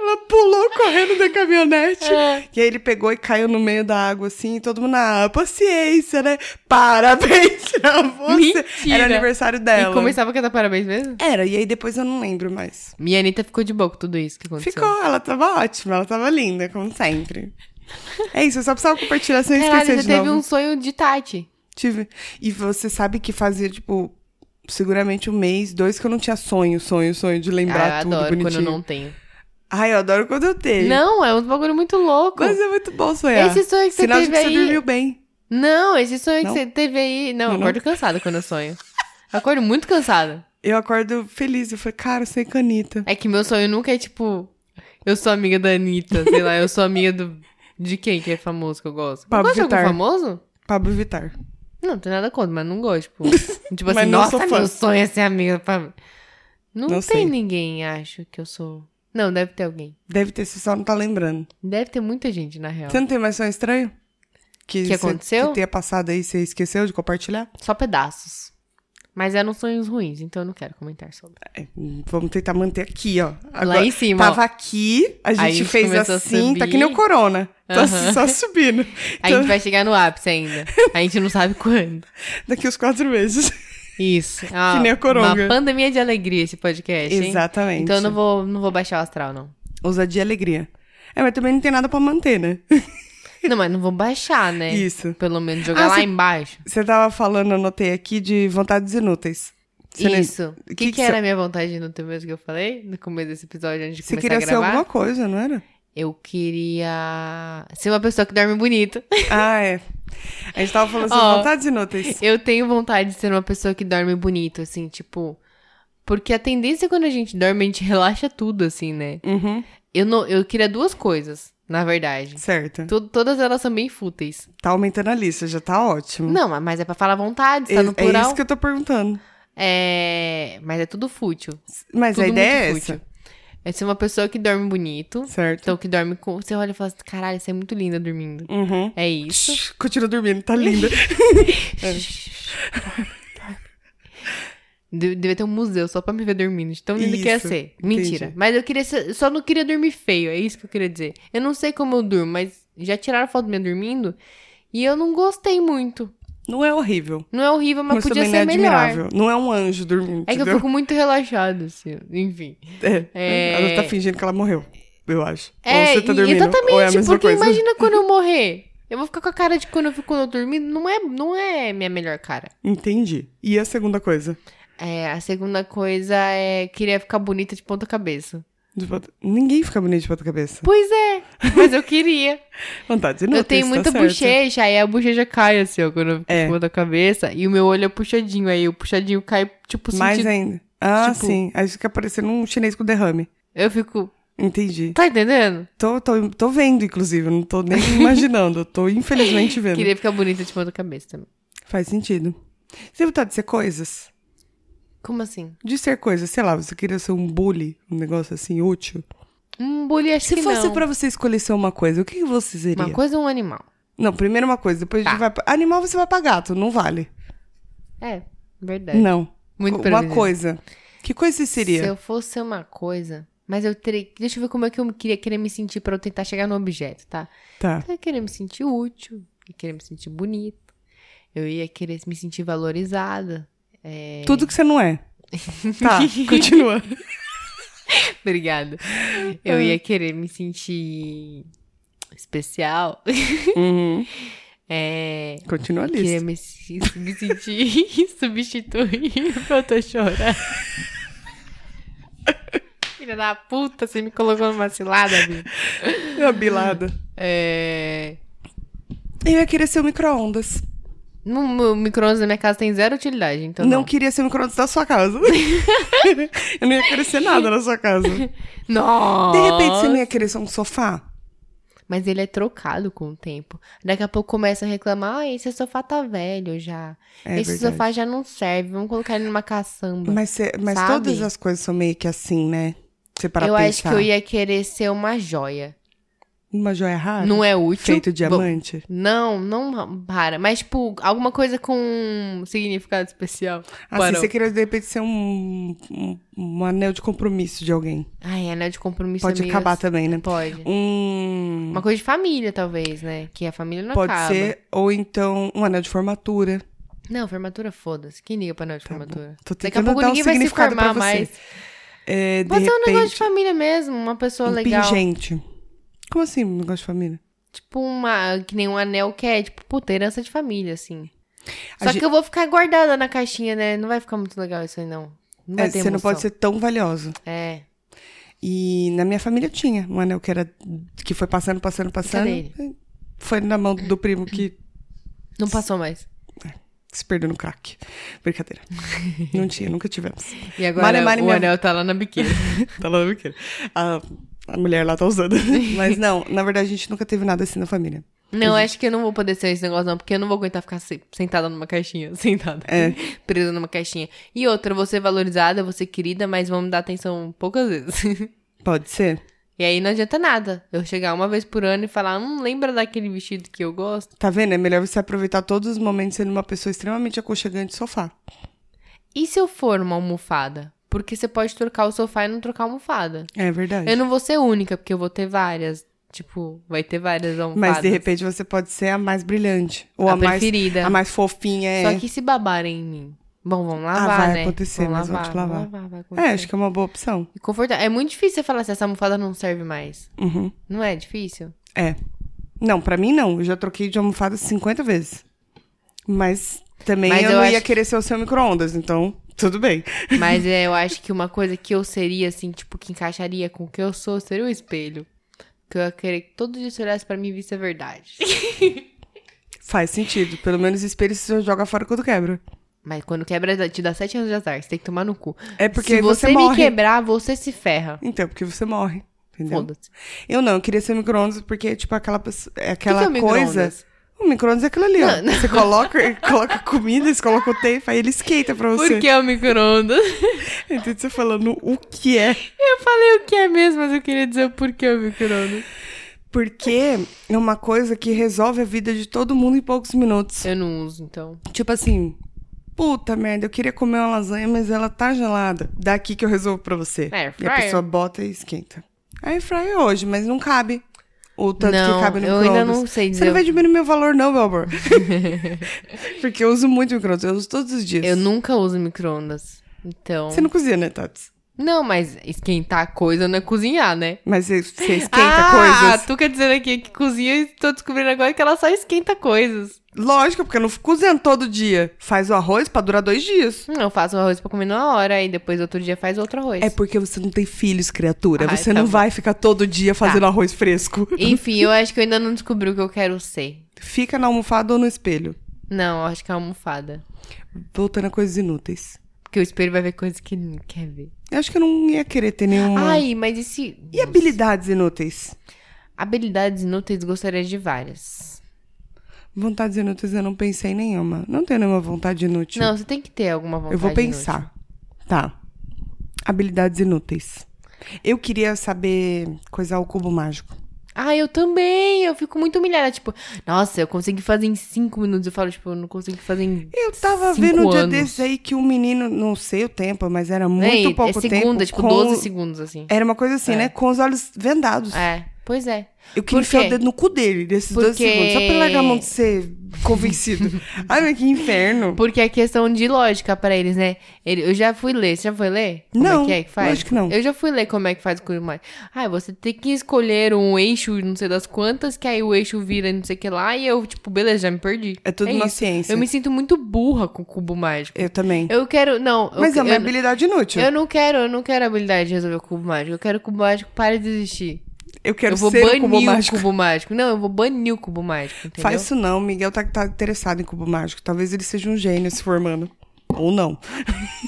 Speaker 2: Ela pulou correndo da caminhonete.
Speaker 1: Ah.
Speaker 2: E aí ele pegou e caiu no meio da água assim. E todo mundo, ah, paciência, né? Parabéns pra você.
Speaker 1: Mentira.
Speaker 2: Era aniversário dela.
Speaker 1: E começava a cantar parabéns mesmo?
Speaker 2: Era, e aí depois eu não lembro mais.
Speaker 1: Minha Anitta ficou de boa com tudo isso que aconteceu.
Speaker 2: Ficou, ela tava ótima, ela tava linda, como sempre. É isso, eu só precisava compartilhar sem
Speaker 1: Caralho,
Speaker 2: esquecer
Speaker 1: você
Speaker 2: de
Speaker 1: teve
Speaker 2: novo.
Speaker 1: um sonho de Tati.
Speaker 2: Tive. E você sabe que fazia, tipo, seguramente um mês, dois, que eu não tinha sonho, sonho, sonho de lembrar
Speaker 1: ah, eu
Speaker 2: tudo
Speaker 1: adoro
Speaker 2: bonitinho.
Speaker 1: quando eu não tenho.
Speaker 2: Ai, eu adoro quando eu tenho.
Speaker 1: Não, é um bagulho muito louco.
Speaker 2: Mas é muito bom sonhar.
Speaker 1: Esse sonho que você
Speaker 2: Sinal
Speaker 1: teve
Speaker 2: de que
Speaker 1: aí-
Speaker 2: você dormiu bem.
Speaker 1: Não, esse sonho
Speaker 2: Não?
Speaker 1: que você teve aí. Não,
Speaker 2: Não,
Speaker 1: eu acordo cansada quando eu sonho. Eu acordo muito cansada.
Speaker 2: Eu acordo feliz, eu falei, cara, eu sonhei com a Anitta.
Speaker 1: É que meu sonho nunca é tipo. Eu sou amiga da Anitta, sei lá, eu sou amiga do. De quem que é famoso que eu gosto?
Speaker 2: Pablo
Speaker 1: eu gosto de
Speaker 2: Vittar.
Speaker 1: algum famoso?
Speaker 2: Pablo Vittar.
Speaker 1: Não, tem nada contra, mas não gosto. Tipo, tipo
Speaker 2: Mas
Speaker 1: assim,
Speaker 2: não
Speaker 1: nossa,
Speaker 2: sou fã.
Speaker 1: meu sonho é ser amiga do Pablo. Não,
Speaker 2: Não
Speaker 1: tem
Speaker 2: sei.
Speaker 1: ninguém, acho, que eu sou. Não, deve ter alguém.
Speaker 2: Deve ter, você só não tá lembrando.
Speaker 1: Deve ter muita gente, na real.
Speaker 2: Você não tem mais sonho estranho?
Speaker 1: Que
Speaker 2: você-
Speaker 1: aconteceu?
Speaker 2: Que tenha passado aí, você esqueceu de compartilhar?
Speaker 1: Só pedaços. Mas eram sonhos ruins, então eu não quero comentar sobre.
Speaker 2: É, vamos tentar manter aqui, ó.
Speaker 1: Lá em cima,
Speaker 2: Tava aqui, a gente,
Speaker 1: a gente
Speaker 2: fez
Speaker 1: começou a
Speaker 2: assim, tá
Speaker 1: subir.
Speaker 2: que nem o corona. Tá
Speaker 1: Aham.
Speaker 2: só subindo.
Speaker 1: A
Speaker 2: Então,
Speaker 1: gente vai chegar no ápice ainda. A gente não sabe quando.
Speaker 2: Daqui uns quatro meses.
Speaker 1: Isso. É uma-
Speaker 2: Que nem a coronga.
Speaker 1: Uma pandemia de alegria esse podcast, hein?
Speaker 2: Exatamente.
Speaker 1: Então eu não vou, não vou baixar o astral, não.
Speaker 2: Ousadia e alegria. É, mas também não tem nada pra manter, né?
Speaker 1: Não, mas não vou baixar, né?
Speaker 2: Isso.
Speaker 1: Pelo menos jogar
Speaker 2: Ah,
Speaker 1: lá
Speaker 2: você-
Speaker 1: embaixo.
Speaker 2: Você tava falando, anotei aqui, de vontades inúteis. Você nem-
Speaker 1: Isso. O que, que,
Speaker 2: que
Speaker 1: era a minha vontade no teu mesmo que eu falei? No começo desse episódio, antes de
Speaker 2: Você
Speaker 1: começar a
Speaker 2: queria ser
Speaker 1: gravar?
Speaker 2: alguma coisa, não era?
Speaker 1: Eu queria ser uma pessoa que dorme bonito.
Speaker 2: Ah, é. A gente tava falando sobre
Speaker 1: Ó.
Speaker 2: vontades inúteis.
Speaker 1: Eu tenho vontade de ser uma pessoa que dorme bonito, assim, tipo. Porque a tendência é quando a gente dorme, a gente relaxa tudo, assim, né?
Speaker 2: Uhum,
Speaker 1: Eu, não, eu queria duas coisas, na verdade.
Speaker 2: certo.
Speaker 1: To- todas elas são bem fúteis.
Speaker 2: Tá aumentando a lista, já tá ótimo.
Speaker 1: Não, ma- mas é pra falar à vontade,
Speaker 2: é,
Speaker 1: está no
Speaker 2: é
Speaker 1: plural. É,
Speaker 2: isso que eu tô perguntando.
Speaker 1: Mas é tudo fútil.
Speaker 2: Mas
Speaker 1: tudo
Speaker 2: a ideia é
Speaker 1: muito
Speaker 2: essa.
Speaker 1: fútil. É ser uma pessoa que dorme bonito.
Speaker 2: Certo.
Speaker 1: Então, que dorme com. Você olha e fala assim: caralho, você é muito linda dormindo.
Speaker 2: Uhum.
Speaker 1: É isso.
Speaker 2: Continua dormindo, tá linda.
Speaker 1: De- Devia É. ter um museu só pra me ver dormindo, de tão lindo que ia
Speaker 2: Isso,
Speaker 1: ser. Mentira.
Speaker 2: entendi.
Speaker 1: Mas eu queria ser, só não queria dormir feio, é isso que eu queria dizer. Eu não sei como eu durmo, mas já tiraram foto minha dormindo e eu não gostei muito.
Speaker 2: Não é horrível.
Speaker 1: Não é horrível, mas,
Speaker 2: Mas,
Speaker 1: podia
Speaker 2: também não é
Speaker 1: ser melhor.
Speaker 2: admirável. Não é um anjo dormindo.
Speaker 1: É que eu
Speaker 2: entendeu?
Speaker 1: fico muito relaxada, assim. Enfim.
Speaker 2: É,
Speaker 1: É.
Speaker 2: Ela tá fingindo que ela morreu, eu acho.
Speaker 1: É,
Speaker 2: Ou você tá
Speaker 1: e-
Speaker 2: dormindo.
Speaker 1: exatamente,
Speaker 2: ou é a mesma
Speaker 1: porque
Speaker 2: coisa.
Speaker 1: imagina quando eu morrer. Eu vou ficar com a cara de quando eu fico quando eu dormindo. Não é, não é minha melhor cara.
Speaker 2: Entendi. E a segunda coisa?
Speaker 1: É, a segunda coisa é queria ficar bonita de ponta cabeça.
Speaker 2: De ponta- Ninguém fica bonito de ponta cabeça.
Speaker 1: Pois é, mas eu queria.
Speaker 2: Vontade não
Speaker 1: eu tenho muita bochecha, aí a bochecha cai assim, ó, quando eu fico
Speaker 2: tá É.
Speaker 1: de ponta cabeça. E o meu olho é puxadinho, aí o puxadinho cai, tipo,
Speaker 2: Mais
Speaker 1: sentido.
Speaker 2: ainda. Ah,
Speaker 1: tipo-
Speaker 2: sim. Aí fica parecendo um chinês com derrame.
Speaker 1: Eu fico,
Speaker 2: Entendi.
Speaker 1: tá entendendo?
Speaker 2: Tô, tô, tô vendo, inclusive. eu Não tô nem imaginando. eu Tô infelizmente vendo.
Speaker 1: Queria ficar bonita de ponta cabeça também.
Speaker 2: Faz sentido. Você tem vontade de ser coisas?
Speaker 1: Como assim?
Speaker 2: De ser coisas, sei lá, você queria ser um bully, um negócio assim útil.
Speaker 1: Um bullying, acho
Speaker 2: Se
Speaker 1: que
Speaker 2: fosse
Speaker 1: não.
Speaker 2: pra você escolher ser uma coisa, o que que você seria?
Speaker 1: Uma coisa ou um animal.
Speaker 2: Não, primeiro uma coisa, depois a
Speaker 1: Tá.
Speaker 2: gente vai. pra- Animal você vai pra gato, não vale.
Speaker 1: É, verdade.
Speaker 2: Não.
Speaker 1: Muito
Speaker 2: Uma
Speaker 1: previsível.
Speaker 2: coisa. Que coisa você
Speaker 1: Se
Speaker 2: seria?
Speaker 1: eu fosse ser uma coisa, mas eu teria. Deixa eu ver como é que eu queria querer me sentir pra eu tentar chegar no objeto, tá?
Speaker 2: Tá.
Speaker 1: Eu ia querer me sentir útil, ia querer me sentir bonita, eu ia querer me sentir valorizada. É...
Speaker 2: Tudo que você não é. Tá, continua. Ah.
Speaker 1: Obrigada. Eu ia querer me sentir especial.
Speaker 2: Uhum.
Speaker 1: É...
Speaker 2: Continua a
Speaker 1: Eu queria
Speaker 2: lista.
Speaker 1: me, se- me sentir substituível. Eu tô chorando. Filha da puta, você me colocou numa cilada, Bi.
Speaker 2: É a bilada.
Speaker 1: É...
Speaker 2: Eu ia querer ser o micro-ondas.
Speaker 1: No, o micro-ondas da minha casa tem zero utilidade, então
Speaker 2: Não,
Speaker 1: não.
Speaker 2: queria ser o micro-ondas da sua casa. eu não ia querer ser nada na sua casa. De
Speaker 1: Nossa!
Speaker 2: repente você não ia querer ser um sofá?
Speaker 1: Mas ele é trocado com o tempo. Daqui a pouco começa a reclamar: ah, esse sofá tá velho já.
Speaker 2: É
Speaker 1: esse
Speaker 2: verdade.
Speaker 1: sofá já não serve, vamos colocar ele numa caçamba.
Speaker 2: Mas, cê- mas
Speaker 1: Sabe?
Speaker 2: todas as coisas são meio que assim, né? Você para
Speaker 1: eu
Speaker 2: pensar.
Speaker 1: acho que eu ia querer ser uma joia.
Speaker 2: Uma joia rara? Um
Speaker 1: Não é útil.
Speaker 2: Ah, Feito de
Speaker 1: Bom,
Speaker 2: diamante?
Speaker 1: Não, não para. Mas, tipo, alguma coisa com significado especial.
Speaker 2: Assim,
Speaker 1: Para.
Speaker 2: você queria de repente ser um, um, um anel de compromisso de alguém.
Speaker 1: Ai, anel de compromisso
Speaker 2: Pode
Speaker 1: é meio-
Speaker 2: acabar também, né?
Speaker 1: Pode.
Speaker 2: Um.
Speaker 1: Uma coisa de família, talvez, né? Que a família não
Speaker 2: Pode
Speaker 1: acaba.
Speaker 2: ser, ou então um anel de formatura.
Speaker 1: Não, formatura, foda-se. Quem liga pra anel de formatura?
Speaker 2: Tá Tô
Speaker 1: Daqui a
Speaker 2: tentando
Speaker 1: pouco
Speaker 2: dar um
Speaker 1: ninguém vai se
Speaker 2: significado pra
Speaker 1: formar
Speaker 2: você.
Speaker 1: mais.
Speaker 2: É, de
Speaker 1: Pode ser um negócio de
Speaker 2: repente,
Speaker 1: família mesmo, uma pessoa
Speaker 2: um
Speaker 1: legal.
Speaker 2: pingente. Como assim, um negócio de família?
Speaker 1: Tipo, uma, que nem um anel que é, tipo, puta, herança de família, assim.
Speaker 2: A
Speaker 1: Só
Speaker 2: gen-
Speaker 1: que eu vou ficar guardada na caixinha, né? Não vai ficar muito legal isso aí, não. Não vai
Speaker 2: É,
Speaker 1: ter
Speaker 2: você não
Speaker 1: emoção.
Speaker 2: pode ser tão valioso.
Speaker 1: É.
Speaker 2: E na minha família tinha um anel que era que foi passando, passando, passando.
Speaker 1: ele?
Speaker 2: Foi na mão do primo que
Speaker 1: Não passou mais.
Speaker 2: se perdeu no crack. Brincadeira. Não tinha, nunca tivemos.
Speaker 1: E agora
Speaker 2: Mari, Mari,
Speaker 1: o
Speaker 2: minha-
Speaker 1: anel tá lá na biqueira.
Speaker 2: Tá lá no biqueiro. A, a mulher lá tá usando. Mas não, na verdade a gente nunca teve nada assim na família.
Speaker 1: não, acho que eu não vou poder ser esse negócio, não, porque eu não vou aguentar ficar se- sentada numa caixinha. Sentada.
Speaker 2: É.
Speaker 1: Presa numa caixinha. E outra, eu vou ser valorizada, eu vou ser querida, mas vão me dar atenção poucas vezes.
Speaker 2: Pode ser?
Speaker 1: e aí não adianta nada. Eu chegar uma vez por ano e falar, hum, lembra daquele vestido que eu gosto?
Speaker 2: Tá vendo? É melhor você aproveitar todos os momentos sendo uma pessoa extremamente aconchegante de sofá.
Speaker 1: E se eu for uma almofada? Porque você pode trocar o sofá e não trocar a almofada.
Speaker 2: É verdade.
Speaker 1: Eu não vou ser única, porque eu vou ter várias. Tipo, vai ter várias almofadas.
Speaker 2: Mas de repente você pode ser a mais brilhante. Ou a,
Speaker 1: a
Speaker 2: mais,
Speaker 1: preferida.
Speaker 2: a mais fofinha. É...
Speaker 1: Só que se babarem em mim. Bom, vamos
Speaker 2: Ah,
Speaker 1: lavar,
Speaker 2: vai
Speaker 1: né?
Speaker 2: acontecer,
Speaker 1: vamos
Speaker 2: mas vão te lavar.
Speaker 1: Vamos lavar, vai acontecer.
Speaker 2: é, acho que é uma boa opção.
Speaker 1: E confortável. É muito difícil você falar assim, essa almofada não serve mais.
Speaker 2: Uhum.
Speaker 1: Não é difícil?
Speaker 2: É. Não, pra mim não. Eu já troquei de almofada 50 vezes. Mas também
Speaker 1: Mas
Speaker 2: eu,
Speaker 1: eu
Speaker 2: não
Speaker 1: acho
Speaker 2: ia
Speaker 1: que-
Speaker 2: querer ser o seu micro-ondas, então tudo bem.
Speaker 1: Mas é, eu acho que uma coisa que eu seria, assim, tipo, que encaixaria com o que eu sou, seria o espelho. Que eu ia querer que todo dia você olhasse pra mim e visse a verdade.
Speaker 2: Faz sentido. Pelo menos espelho você joga fora quando quebra.
Speaker 1: Mas quando quebra, te dá sete anos de azar. Você tem que tomar no cu.
Speaker 2: É porque
Speaker 1: se você,
Speaker 2: você
Speaker 1: me
Speaker 2: morre.
Speaker 1: quebrar, você se ferra.
Speaker 2: Então, porque você morre. Entendeu?
Speaker 1: Foda-se. O
Speaker 2: Eu não, eu queria ser micro-ondas porque, tipo, aquela, pessoa- é
Speaker 1: que que
Speaker 2: aquela
Speaker 1: é o
Speaker 2: coisa.
Speaker 1: micro-ondas?
Speaker 2: O micro-ondas é aquilo ali, ó.
Speaker 1: Não, não.
Speaker 2: Você coloca, coloca comida, você coloca o tempo, aí ele esquenta pra você.
Speaker 1: Por que é o micro-ondas?
Speaker 2: Então você falando o que é.
Speaker 1: Eu falei o que é mesmo, mas eu queria dizer o porquê é o micro-ondas.
Speaker 2: Porque é uma coisa que resolve a vida de todo mundo em poucos minutos.
Speaker 1: Eu não uso, então.
Speaker 2: Tipo assim, puta merda, eu queria comer uma lasanha, mas ela tá gelada. Daqui que eu resolvo pra você.
Speaker 1: Air
Speaker 2: e a
Speaker 1: É, fryer.
Speaker 2: pessoa bota e esquenta. Aí fryer é hoje, mas não cabe. O tanto
Speaker 1: Não,
Speaker 2: que cabe no
Speaker 1: eu
Speaker 2: micro-ondas.
Speaker 1: ainda não sei
Speaker 2: Você
Speaker 1: dizer.
Speaker 2: não vai diminuir meu valor, não, meu amor. Porque eu uso muito micro-ondas, eu uso todos os dias.
Speaker 1: Eu nunca uso micro-ondas. Então.
Speaker 2: Você não cozinha, né, Tats?
Speaker 1: Não, mas esquentar coisa não é cozinhar, né?
Speaker 2: Mas você, você esquenta
Speaker 1: ah,
Speaker 2: coisas?
Speaker 1: tu quer dizer aqui que cozinha e tô descobrindo agora que ela só esquenta coisas.
Speaker 2: Lógico, porque eu não cozinho todo dia. Faz o arroz pra durar dois dias.
Speaker 1: Hum, Eu faço um arroz pra comer numa hora e depois outro dia faz outro arroz.
Speaker 2: É porque você não tem filhos, criatura.
Speaker 1: Ai,
Speaker 2: você
Speaker 1: tá
Speaker 2: não
Speaker 1: bom. Tá.
Speaker 2: vai ficar todo dia fazendo arroz fresco.
Speaker 1: Enfim, eu acho que eu ainda não descobri o que eu quero ser.
Speaker 2: Fica na almofada ou no espelho.
Speaker 1: Não, eu acho que é uma almofada.
Speaker 2: Voltando a coisas inúteis.
Speaker 1: Porque o espelho vai ver coisas que ele não quer ver.
Speaker 2: Eu acho que eu não ia querer ter nenhuma.
Speaker 1: Ai, mas e se.
Speaker 2: É. E habilidades inúteis?
Speaker 1: Habilidades inúteis gostaria de várias.
Speaker 2: Vontades inúteis eu não pensei em nenhuma. Não tenho nenhuma vontade inútil.
Speaker 1: Não, você tem que ter alguma vontade.
Speaker 2: eu vou
Speaker 1: inútil.
Speaker 2: pensar. Tá. Habilidades inúteis. Eu queria saber coisar o cubo mágico.
Speaker 1: Ah, eu também. Eu fico muito humilhada. Tipo, nossa, eu consegui fazer em cinco minutos. Eu falo, tipo, eu não consegui fazer em.
Speaker 2: Eu tava
Speaker 1: cinco
Speaker 2: vendo um dia
Speaker 1: anos.
Speaker 2: desses aí que um menino, não sei o tempo, mas era muito
Speaker 1: Nem, é,
Speaker 2: pouco tempo.
Speaker 1: segunda, tipo,
Speaker 2: com-
Speaker 1: 12 segundos, assim.
Speaker 2: Era uma coisa assim,
Speaker 1: É.
Speaker 2: né? Com os olhos vendados.
Speaker 1: É, pois é.
Speaker 2: Eu queria
Speaker 1: Por
Speaker 2: enfiar
Speaker 1: quê?
Speaker 2: o dedo no cu dele desses dois
Speaker 1: Porque-
Speaker 2: segundos. Só pra largar a mão de ser convencido. Ai, mas que inferno.
Speaker 1: Porque é questão de lógica pra eles, né? Ele- eu já fui ler. Você já foi ler? Como
Speaker 2: Não,
Speaker 1: é que é que faz?
Speaker 2: lógico que não.
Speaker 1: Eu já fui ler como é que faz o Kurumai. Ah, você tem que escolher um eixo, não sei das quantas, que aí o eixo vira não sei o que lá, e eu, tipo, beleza, já me perdi.
Speaker 2: É tudo uma
Speaker 1: isso.
Speaker 2: ciência.
Speaker 1: Eu me sinto muito burra com o cubo mágico.
Speaker 2: Eu também.
Speaker 1: Eu quero. Não, eu
Speaker 2: Mas
Speaker 1: que-
Speaker 2: é uma
Speaker 1: eu,
Speaker 2: habilidade inútil.
Speaker 1: eu não quero, eu não quero a habilidade de resolver o cubo mágico. Eu quero que o cubo mágico pare de existir.
Speaker 2: Eu quero
Speaker 1: eu vou
Speaker 2: ser o
Speaker 1: banir
Speaker 2: cubo mágico.
Speaker 1: cubo mágico. Não, eu vou banir o cubo mágico, entendeu?
Speaker 2: Faz isso não, Miguel tá, tá interessado em cubo mágico. Talvez ele seja um gênio se formando. Ou não.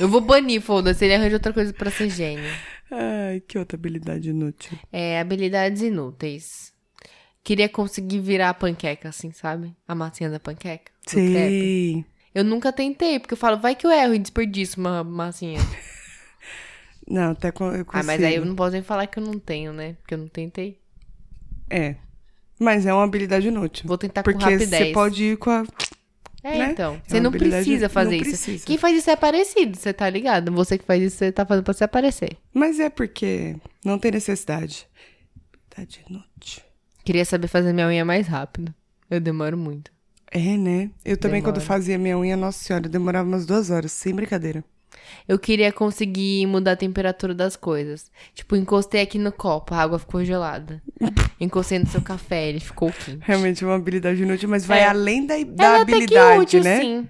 Speaker 1: Eu vou banir, foda-se, ele arranja outra coisa pra ser gênio.
Speaker 2: Ai, que outra habilidade inútil.
Speaker 1: É, habilidades inúteis. Queria conseguir virar a panqueca, assim, sabe? A massinha da panqueca. do crepe.
Speaker 2: Sei.
Speaker 1: Eu nunca tentei, porque eu falo, vai que eu erro e desperdiço uma massinha.
Speaker 2: Não, até co- eu consigo.
Speaker 1: Ah, mas aí eu não posso nem falar que eu não tenho, né? Porque eu não tentei.
Speaker 2: É. Mas é uma habilidade inútil.
Speaker 1: Vou tentar
Speaker 2: Porque
Speaker 1: com rapidez.
Speaker 2: você pode ir com a.
Speaker 1: É,
Speaker 2: né? É
Speaker 1: então. Você
Speaker 2: uma
Speaker 1: não
Speaker 2: habilidade-
Speaker 1: precisa fazer
Speaker 2: não
Speaker 1: isso.
Speaker 2: precisa.
Speaker 1: Quem faz isso é aparecido, você tá ligado? Você que faz isso, você tá fazendo pra se aparecer.
Speaker 2: Mas é porque não tem necessidade. Habilidade inútil.
Speaker 1: Queria saber fazer minha unha mais rápido. Eu demoro muito.
Speaker 2: É, né? Eu também,
Speaker 1: Demora.
Speaker 2: quando fazia minha unha, nossa senhora, eu demorava umas duas horas, sem brincadeira.
Speaker 1: Eu queria conseguir mudar a temperatura das coisas. Tipo, encostei aqui no copo, a água ficou gelada. Encostei no seu café, ele ficou quente.
Speaker 2: Realmente é uma habilidade inútil, mas vai
Speaker 1: É.
Speaker 2: além da, da
Speaker 1: Ela até que
Speaker 2: habilidade,
Speaker 1: é útil,
Speaker 2: né?
Speaker 1: sim.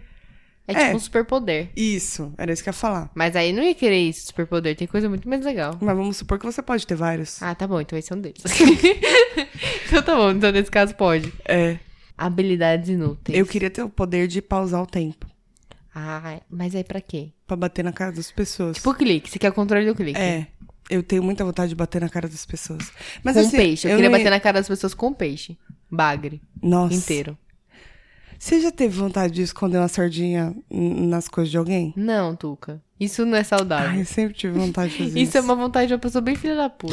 Speaker 1: É,
Speaker 2: É.
Speaker 1: tipo um superpoder.
Speaker 2: Isso, era isso que eu ia falar.
Speaker 1: Mas aí não ia querer isso, superpoder. Tem coisa muito mais legal.
Speaker 2: Mas vamos supor que você pode ter vários.
Speaker 1: Ah, tá bom, então esse é um deles. então tá bom, então nesse caso pode.
Speaker 2: É.
Speaker 1: Habilidades inúteis.
Speaker 2: Eu queria ter o poder de pausar o tempo
Speaker 1: Ah, mas aí pra quê?
Speaker 2: Pra bater na cara das pessoas.
Speaker 1: Tipo clique, você quer o controle do clique.
Speaker 2: É. Eu tenho muita vontade de bater na cara das pessoas. Mas
Speaker 1: com um
Speaker 2: assim,
Speaker 1: peixe. Eu, queria
Speaker 2: não ia-
Speaker 1: bater na cara das pessoas com um peixe. Bagre.
Speaker 2: Nossa.
Speaker 1: Inteiro.
Speaker 2: Você já teve vontade de esconder uma sardinha n- nas coisas de alguém?
Speaker 1: Não, Tuca. Isso não é saudável.
Speaker 2: Ai, eu sempre tive vontade de fazer isso.
Speaker 1: Isso é uma vontade de uma pessoa bem filha da puta.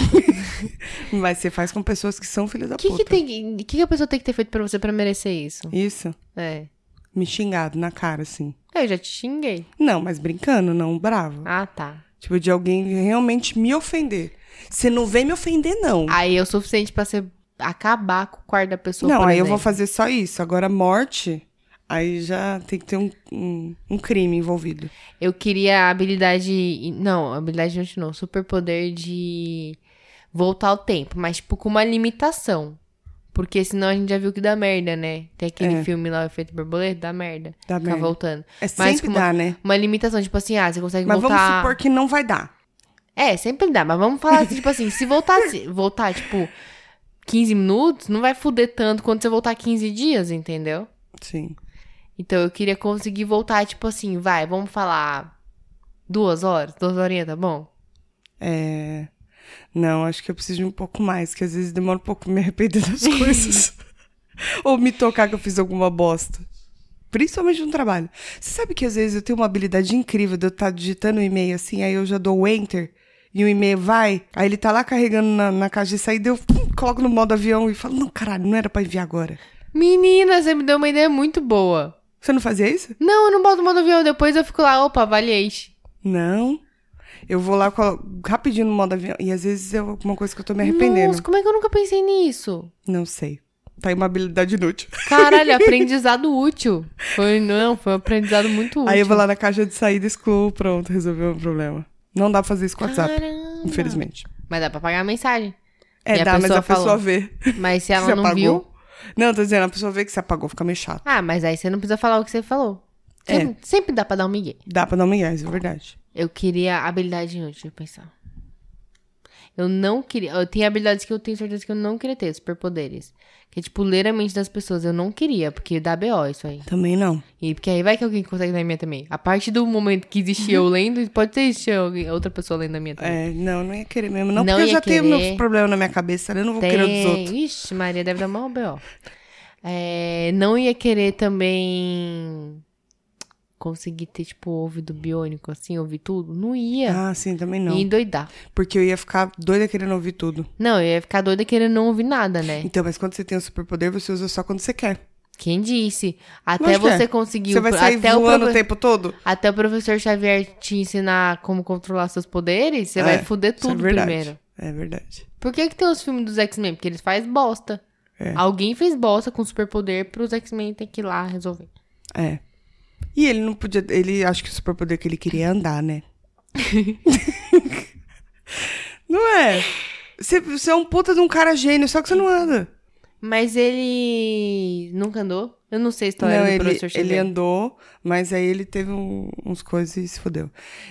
Speaker 2: Mas você faz com pessoas que são filhas da
Speaker 1: O que,
Speaker 2: puta.
Speaker 1: que, tem que, que que a pessoa tem que ter feito pra você pra merecer isso?
Speaker 2: Isso.
Speaker 1: É.
Speaker 2: me xingado na cara, assim.
Speaker 1: Eu já te xinguei.
Speaker 2: Não, mas brincando, não bravo.
Speaker 1: Ah, tá.
Speaker 2: Tipo, de alguém realmente me ofender. Você não vem me ofender, não.
Speaker 1: Aí é o suficiente pra você acabar com o quarto da pessoa.
Speaker 2: não,
Speaker 1: por
Speaker 2: aí eu vou
Speaker 1: exemplo.
Speaker 2: fazer só isso. Agora, morte, aí já tem que ter um, um, um crime envolvido.
Speaker 1: Eu queria a habilidade. Não, a habilidade não, não. Superpoder de voltar ao tempo, mas tipo com uma limitação. Porque senão a gente já viu que dá merda, né? Tem aquele
Speaker 2: É.
Speaker 1: filme lá, o Efeito Borboleta, dá merda.
Speaker 2: Dá
Speaker 1: Fica
Speaker 2: merda.
Speaker 1: voltando.
Speaker 2: É
Speaker 1: Mas
Speaker 2: sempre
Speaker 1: com uma-
Speaker 2: dá, né?
Speaker 1: Uma limitação, tipo assim, ah, você consegue
Speaker 2: Mas
Speaker 1: voltar.
Speaker 2: vamos supor que não vai dar.
Speaker 1: É, sempre dá, mas vamos falar assim, tipo assim, se voltar, se voltar, tipo, 15 minutos, não vai fuder tanto quando você voltar 15 dias, entendeu?
Speaker 2: Sim.
Speaker 1: Então eu queria conseguir voltar, tipo assim, vai, vamos falar duas horas, duas horinhas, tá bom?
Speaker 2: É. Não, acho que eu preciso de um pouco mais, que às vezes demora um pouco pra me arrepender das coisas. Ou me tocar que eu fiz alguma bosta. Principalmente no trabalho. Você sabe que às vezes eu tenho uma habilidade incrível de eu estar digitando um e-mail assim, aí eu já dou o enter e o e-mail vai, aí ele tá lá carregando na, na caixa de saída, eu pum, coloco no modo avião e falo, não, caralho, não era pra enviar agora.
Speaker 1: Menina, você me deu uma ideia muito boa.
Speaker 2: Você não fazia isso?
Speaker 1: Não, eu não boto o modo avião, depois eu fico lá, opa, avaliei.
Speaker 2: Não. Eu vou lá, colo- rapidinho no modo avião. E às vezes é alguma coisa que eu tô me arrependendo.
Speaker 1: Nossa, como é que eu nunca pensei nisso?
Speaker 2: Não sei. Tá aí uma habilidade inútil.
Speaker 1: Caralho, aprendizado útil. Foi, não, foi um aprendizado muito útil.
Speaker 2: Aí eu vou lá na caixa de saída, excluo, pronto, resolveu o problema. Não dá pra fazer isso com o WhatsApp,
Speaker 1: Caramba.
Speaker 2: infelizmente.
Speaker 1: Mas dá pra pagar a mensagem.
Speaker 2: É,
Speaker 1: E a
Speaker 2: dá, mas
Speaker 1: pessoa
Speaker 2: a pessoa
Speaker 1: falou.
Speaker 2: vê.
Speaker 1: Mas se
Speaker 2: que
Speaker 1: ela
Speaker 2: você
Speaker 1: não
Speaker 2: apagou.
Speaker 1: viu.
Speaker 2: Não, tô dizendo, a pessoa vê que você apagou, fica meio chato.
Speaker 1: Ah, mas aí você não precisa falar o que você falou.
Speaker 2: É.
Speaker 1: Sempre, sempre dá pra dar um migué.
Speaker 2: Dá pra dar um yes, é verdade.
Speaker 1: Eu queria habilidade inútil, deixa eu pensar. Eu não queria. Eu tenho habilidades que eu tenho certeza que eu não queria ter, superpoderes. Que é tipo ler a mente das pessoas. Eu não queria, porque dá BO isso aí.
Speaker 2: Também não.
Speaker 1: E porque aí vai que alguém consegue ler a minha também. A partir do momento que existe eu lendo, pode ter existir alguém- outra pessoa lendo a minha também.
Speaker 2: É, não, não ia querer mesmo.
Speaker 1: Não
Speaker 2: Não, porque eu
Speaker 1: ia
Speaker 2: já tenho
Speaker 1: querer.
Speaker 2: meus problemas na minha cabeça, né? eu não vou
Speaker 1: Tem.
Speaker 2: querer dos outros.
Speaker 1: Ixi, Maria deve dar mal B.O. É, não ia querer também conseguir ter, tipo, ouvido biônico, assim, ouvir tudo. Não ia.
Speaker 2: Ah, sim, também não.
Speaker 1: Ia endoidar.
Speaker 2: Porque eu ia ficar doida querendo ouvir tudo.
Speaker 1: Não, eu ia ficar doida querendo não ouvir nada, né?
Speaker 2: Então, mas quando você tem um superpoder, você usa só quando você quer.
Speaker 1: Quem disse? Até
Speaker 2: Lógico que
Speaker 1: você
Speaker 2: é.
Speaker 1: conseguir...
Speaker 2: Você
Speaker 1: o
Speaker 2: vai
Speaker 1: pro-
Speaker 2: sair
Speaker 1: até
Speaker 2: voando o,
Speaker 1: profe-
Speaker 2: tempo todo?
Speaker 1: Até o professor Xavier te ensinar como controlar seus poderes, você vai
Speaker 2: É,
Speaker 1: foder
Speaker 2: Isso é
Speaker 1: tudo
Speaker 2: verdade.
Speaker 1: primeiro.
Speaker 2: É verdade.
Speaker 1: Por que, que tem os filmes dos X-Men? Porque eles fazem bosta.
Speaker 2: É.
Speaker 1: Alguém fez bosta com superpoder pros X-Men ter que ir lá resolver.
Speaker 2: É. E ele não podia. Ele acho que o superpoder que ele queria é andar, né? não é? Você, você é um puta de um cara gênio, só que você não anda.
Speaker 1: Mas ele nunca andou? Eu não sei a história
Speaker 2: não,
Speaker 1: Tá, é do
Speaker 2: ele,
Speaker 1: professor
Speaker 2: ele
Speaker 1: Xavier.
Speaker 2: andou, mas aí ele teve um- uns coisas e se fodeu.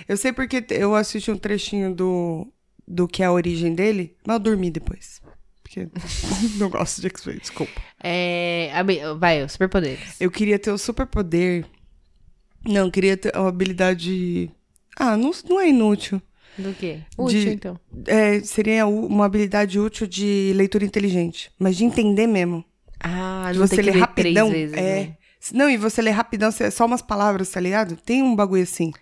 Speaker 2: Eu sei porque te- eu assisti um trechinho do, do que é a origem dele, mas eu dormi depois. Porque não gosto de X-Men, desculpa.
Speaker 1: É, abi- vai, os superpoderes.
Speaker 2: Eu queria ter o superpoder. Não, eu queria ter uma habilidade. Ah, não, não é inútil.
Speaker 1: Do quê? Útil,
Speaker 2: De-
Speaker 1: então.
Speaker 2: É, seria u- uma habilidade útil de leitura inteligente, mas de entender mesmo.
Speaker 1: Ah,
Speaker 2: De
Speaker 1: não tem
Speaker 2: você
Speaker 1: que
Speaker 2: ler
Speaker 1: ler
Speaker 2: rapidão.
Speaker 1: três vezes,
Speaker 2: é.
Speaker 1: né?
Speaker 2: Se- Não, e você lê rapidão, cê- só umas palavras, tá ligado? Tem um bagulho assim.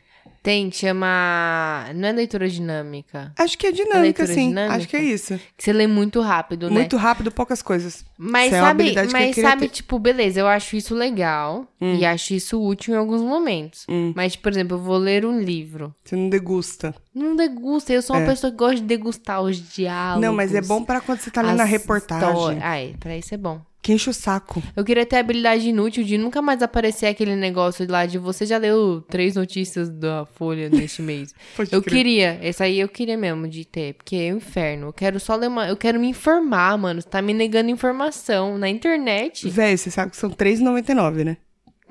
Speaker 1: Tem, que chama... Não é leitura dinâmica.
Speaker 2: Acho que é dinâmica,
Speaker 1: leitura
Speaker 2: sim.
Speaker 1: dinâmica?
Speaker 2: Acho que é isso.
Speaker 1: Que você lê muito rápido,
Speaker 2: Muito
Speaker 1: né?
Speaker 2: rápido, poucas coisas.
Speaker 1: Mas
Speaker 2: Isso é uma
Speaker 1: sabe,
Speaker 2: habilidade que eu
Speaker 1: mas
Speaker 2: queria
Speaker 1: sabe
Speaker 2: ter.
Speaker 1: tipo, beleza, eu acho isso legal e acho isso útil em alguns momentos.
Speaker 2: Hum.
Speaker 1: Mas, tipo, por exemplo, eu vou ler um livro.
Speaker 2: Você não degusta.
Speaker 1: Não degusta, eu sou uma pessoa que gosta de degustar os diálogos.
Speaker 2: É. não, mas é bom pra quando você tá lendo a
Speaker 1: as
Speaker 2: reportagem.
Speaker 1: histó- Ah, é, pra isso é bom.
Speaker 2: Que enche o saco.
Speaker 1: Eu queria ter a habilidade inútil de nunca mais aparecer aquele negócio lá de você já leu três notícias da Folha neste mês.
Speaker 2: Pode
Speaker 1: Eu
Speaker 2: crer.
Speaker 1: queria, essa aí eu queria mesmo de ter, porque é um inferno. Eu quero só ler uma, eu quero me informar, mano. Você tá me negando informação na internet.
Speaker 2: Véi, você sabe que são R$3,99, né?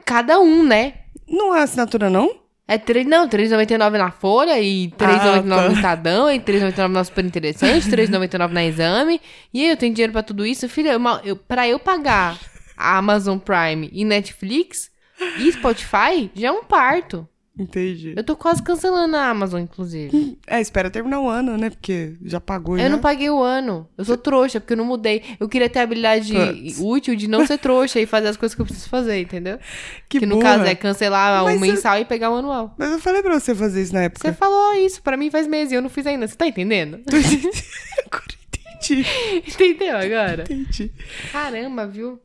Speaker 1: Cada um, né?
Speaker 2: Não há assinatura, não?
Speaker 1: É três, não, 3,99 na Folha e 3,99
Speaker 2: Ah, tá.
Speaker 1: no Estadão e 3,99 na Super Interessante, 3,99 na Exame. E aí, eu tenho dinheiro pra tudo isso, filha, eu, mal- eu, pra eu pagar a Amazon Prime e Netflix e Spotify, já é um parto.
Speaker 2: Entendi.
Speaker 1: Eu tô quase cancelando a Amazon, inclusive.
Speaker 2: É, espera terminar o ano, né? Porque já pagou, já.
Speaker 1: Eu não paguei o ano. Eu sou trouxa, porque eu não mudei. Eu queria ter a habilidade
Speaker 2: Putz.
Speaker 1: útil de não ser trouxa e fazer as coisas que eu preciso fazer, entendeu?
Speaker 2: Que
Speaker 1: no
Speaker 2: burra.
Speaker 1: caso é cancelar o
Speaker 2: Mas eu-
Speaker 1: mensal e pegar o anual.
Speaker 2: Mas eu falei pra você fazer isso na
Speaker 1: Você
Speaker 2: época.
Speaker 1: falou isso pra mim faz meses e eu não fiz ainda. Você tá entendendo?
Speaker 2: Agora entendi,
Speaker 1: Entendeu agora?
Speaker 2: entendi.
Speaker 1: Caramba, viu?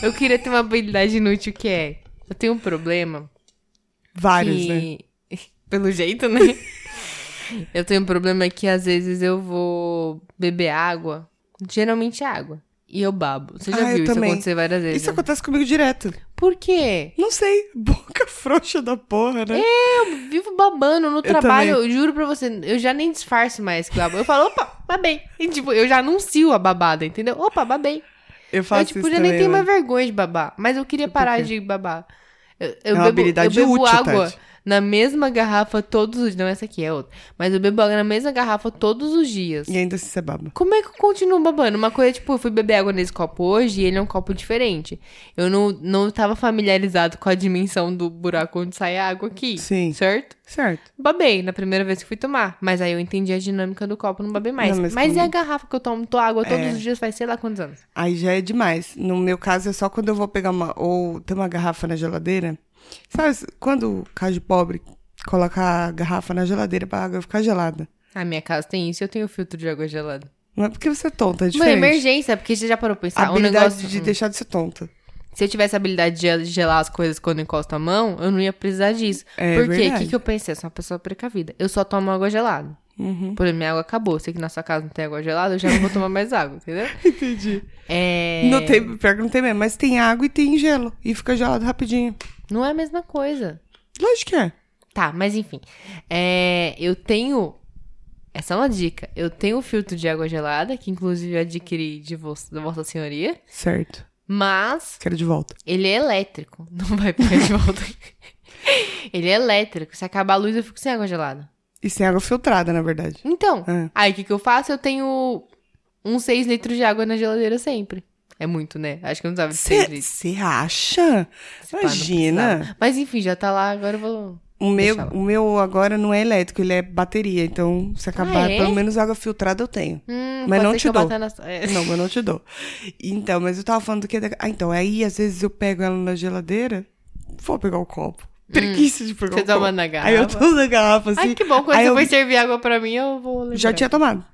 Speaker 1: Eu queria ter uma habilidade inútil que é Eu tenho um problema.
Speaker 2: Vários, né?
Speaker 1: que- Pelo jeito, né? eu tenho um problema que às vezes eu vou beber água. Geralmente é água. E eu babo. Você já
Speaker 2: Ah, eu
Speaker 1: viu isso
Speaker 2: também.
Speaker 1: acontecer várias vezes?
Speaker 2: Isso
Speaker 1: né?
Speaker 2: acontece comigo direto.
Speaker 1: Por quê?
Speaker 2: Não sei, boca frouxa da porra, né?
Speaker 1: É, Vivo babando no trabalho, eu
Speaker 2: também.
Speaker 1: juro pra você, eu já nem disfarço mais que babo. Eu falo, opa, babei. E tipo, eu já anuncio a babada, entendeu? Opa, babei.
Speaker 2: Eu faço
Speaker 1: eu tipo,
Speaker 2: isso
Speaker 1: já
Speaker 2: também,
Speaker 1: nem tenho
Speaker 2: né?
Speaker 1: mais vergonha de babar, mas eu queria parar de babar. Eu, eu
Speaker 2: É uma
Speaker 1: bebo,
Speaker 2: habilidade
Speaker 1: eu bebo
Speaker 2: útil,
Speaker 1: água
Speaker 2: Tati.
Speaker 1: na mesma garrafa todos os dias. Não, essa aqui é outra. Mas eu bebo água na mesma garrafa todos os dias.
Speaker 2: E ainda assim você baba.
Speaker 1: Como é que eu continuo babando? Uma coisa, tipo, eu fui beber água nesse copo hoje e ele é um copo diferente. Eu não, não tava familiarizado com a dimensão do buraco onde sai a água aqui.
Speaker 2: Sim.
Speaker 1: Certo?
Speaker 2: Certo.
Speaker 1: Babei na primeira vez que fui tomar. Mas aí eu entendi a dinâmica do copo, não babei mais.
Speaker 2: Não,
Speaker 1: mas
Speaker 2: mas
Speaker 1: é a
Speaker 2: como-
Speaker 1: garrafa que eu tomo, tô água todos
Speaker 2: É.
Speaker 1: os dias, faz sei lá quantos anos.
Speaker 2: Aí já é demais. No meu caso, é só quando eu vou pegar uma. Ou tem uma garrafa na geladeira. Sabe, quando o cara de pobre coloca a garrafa na geladeira pra água ficar gelada.
Speaker 1: A minha casa tem isso e eu tenho filtro de água gelada.
Speaker 2: Não é porque você é tonta, é
Speaker 1: Uma
Speaker 2: diferente.
Speaker 1: emergência, porque você já parou pra
Speaker 2: A
Speaker 1: pensar. Um
Speaker 2: habilidade
Speaker 1: negócio...
Speaker 2: de deixar de ser tonta.
Speaker 1: Se eu tivesse a habilidade de gel- gelar as coisas quando encosto a mão, eu não ia precisar disso.
Speaker 2: É
Speaker 1: Por quê? O que,
Speaker 2: verdade.
Speaker 1: que eu pensei? Eu sou uma pessoa precavida. Eu só tomo água gelada.
Speaker 2: Uhum.
Speaker 1: Por exemplo, minha água acabou. Sei que na sua casa não tem água gelada, eu já não vou tomar mais água, entendeu?
Speaker 2: Entendi.
Speaker 1: É...
Speaker 2: Não tem, pior que não tem mesmo, mas tem água e tem gelo. E fica gelado rapidinho.
Speaker 1: Não é a mesma coisa.
Speaker 2: Lógico que é.
Speaker 1: Tá, mas enfim. É, Eu tenho. Essa é uma dica. Eu tenho o filtro de água gelada, que inclusive eu adquiri de vo- da Vossa Senhoria.
Speaker 2: Certo.
Speaker 1: Mas
Speaker 2: Quero de volta.
Speaker 1: Ele é elétrico. Não vai pegar de volta. Ele é elétrico. Se acabar a luz, eu fico sem água gelada.
Speaker 2: E sem água filtrada, na verdade.
Speaker 1: Então,
Speaker 2: É.
Speaker 1: aí o que, que eu faço? Eu tenho uns 6 litros de água na geladeira sempre. É muito, né? Acho que eu não precisava de 6 litros.
Speaker 2: Você acha?
Speaker 1: Se pá, não
Speaker 2: Imagina.
Speaker 1: precisava. Mas enfim, já tá lá, agora eu vou.
Speaker 2: O meu,
Speaker 1: Deixa lá.
Speaker 2: o meu agora não é elétrico, ele é bateria. Então, se acabar,
Speaker 1: é?
Speaker 2: pelo menos água filtrada eu tenho.
Speaker 1: Hum,
Speaker 2: Mas
Speaker 1: pode
Speaker 2: não
Speaker 1: ser
Speaker 2: te
Speaker 1: que eu
Speaker 2: dou.
Speaker 1: bater na- é.
Speaker 2: Não, eu não te dou. Então, mas eu tava falando do que. Ah, então, aí às vezes eu pego ela na geladeira, vou pegar o copo. Preguiça de
Speaker 1: Hum.
Speaker 2: pegar
Speaker 1: Você
Speaker 2: o copo.
Speaker 1: toma na
Speaker 2: Aí eu
Speaker 1: garrafa.
Speaker 2: tomo na garrafa assim.
Speaker 1: Ai, que bom. Quando
Speaker 2: aí
Speaker 1: você
Speaker 2: eu
Speaker 1: for servir água pra mim, eu vou lembrar.
Speaker 2: Já tinha tomado.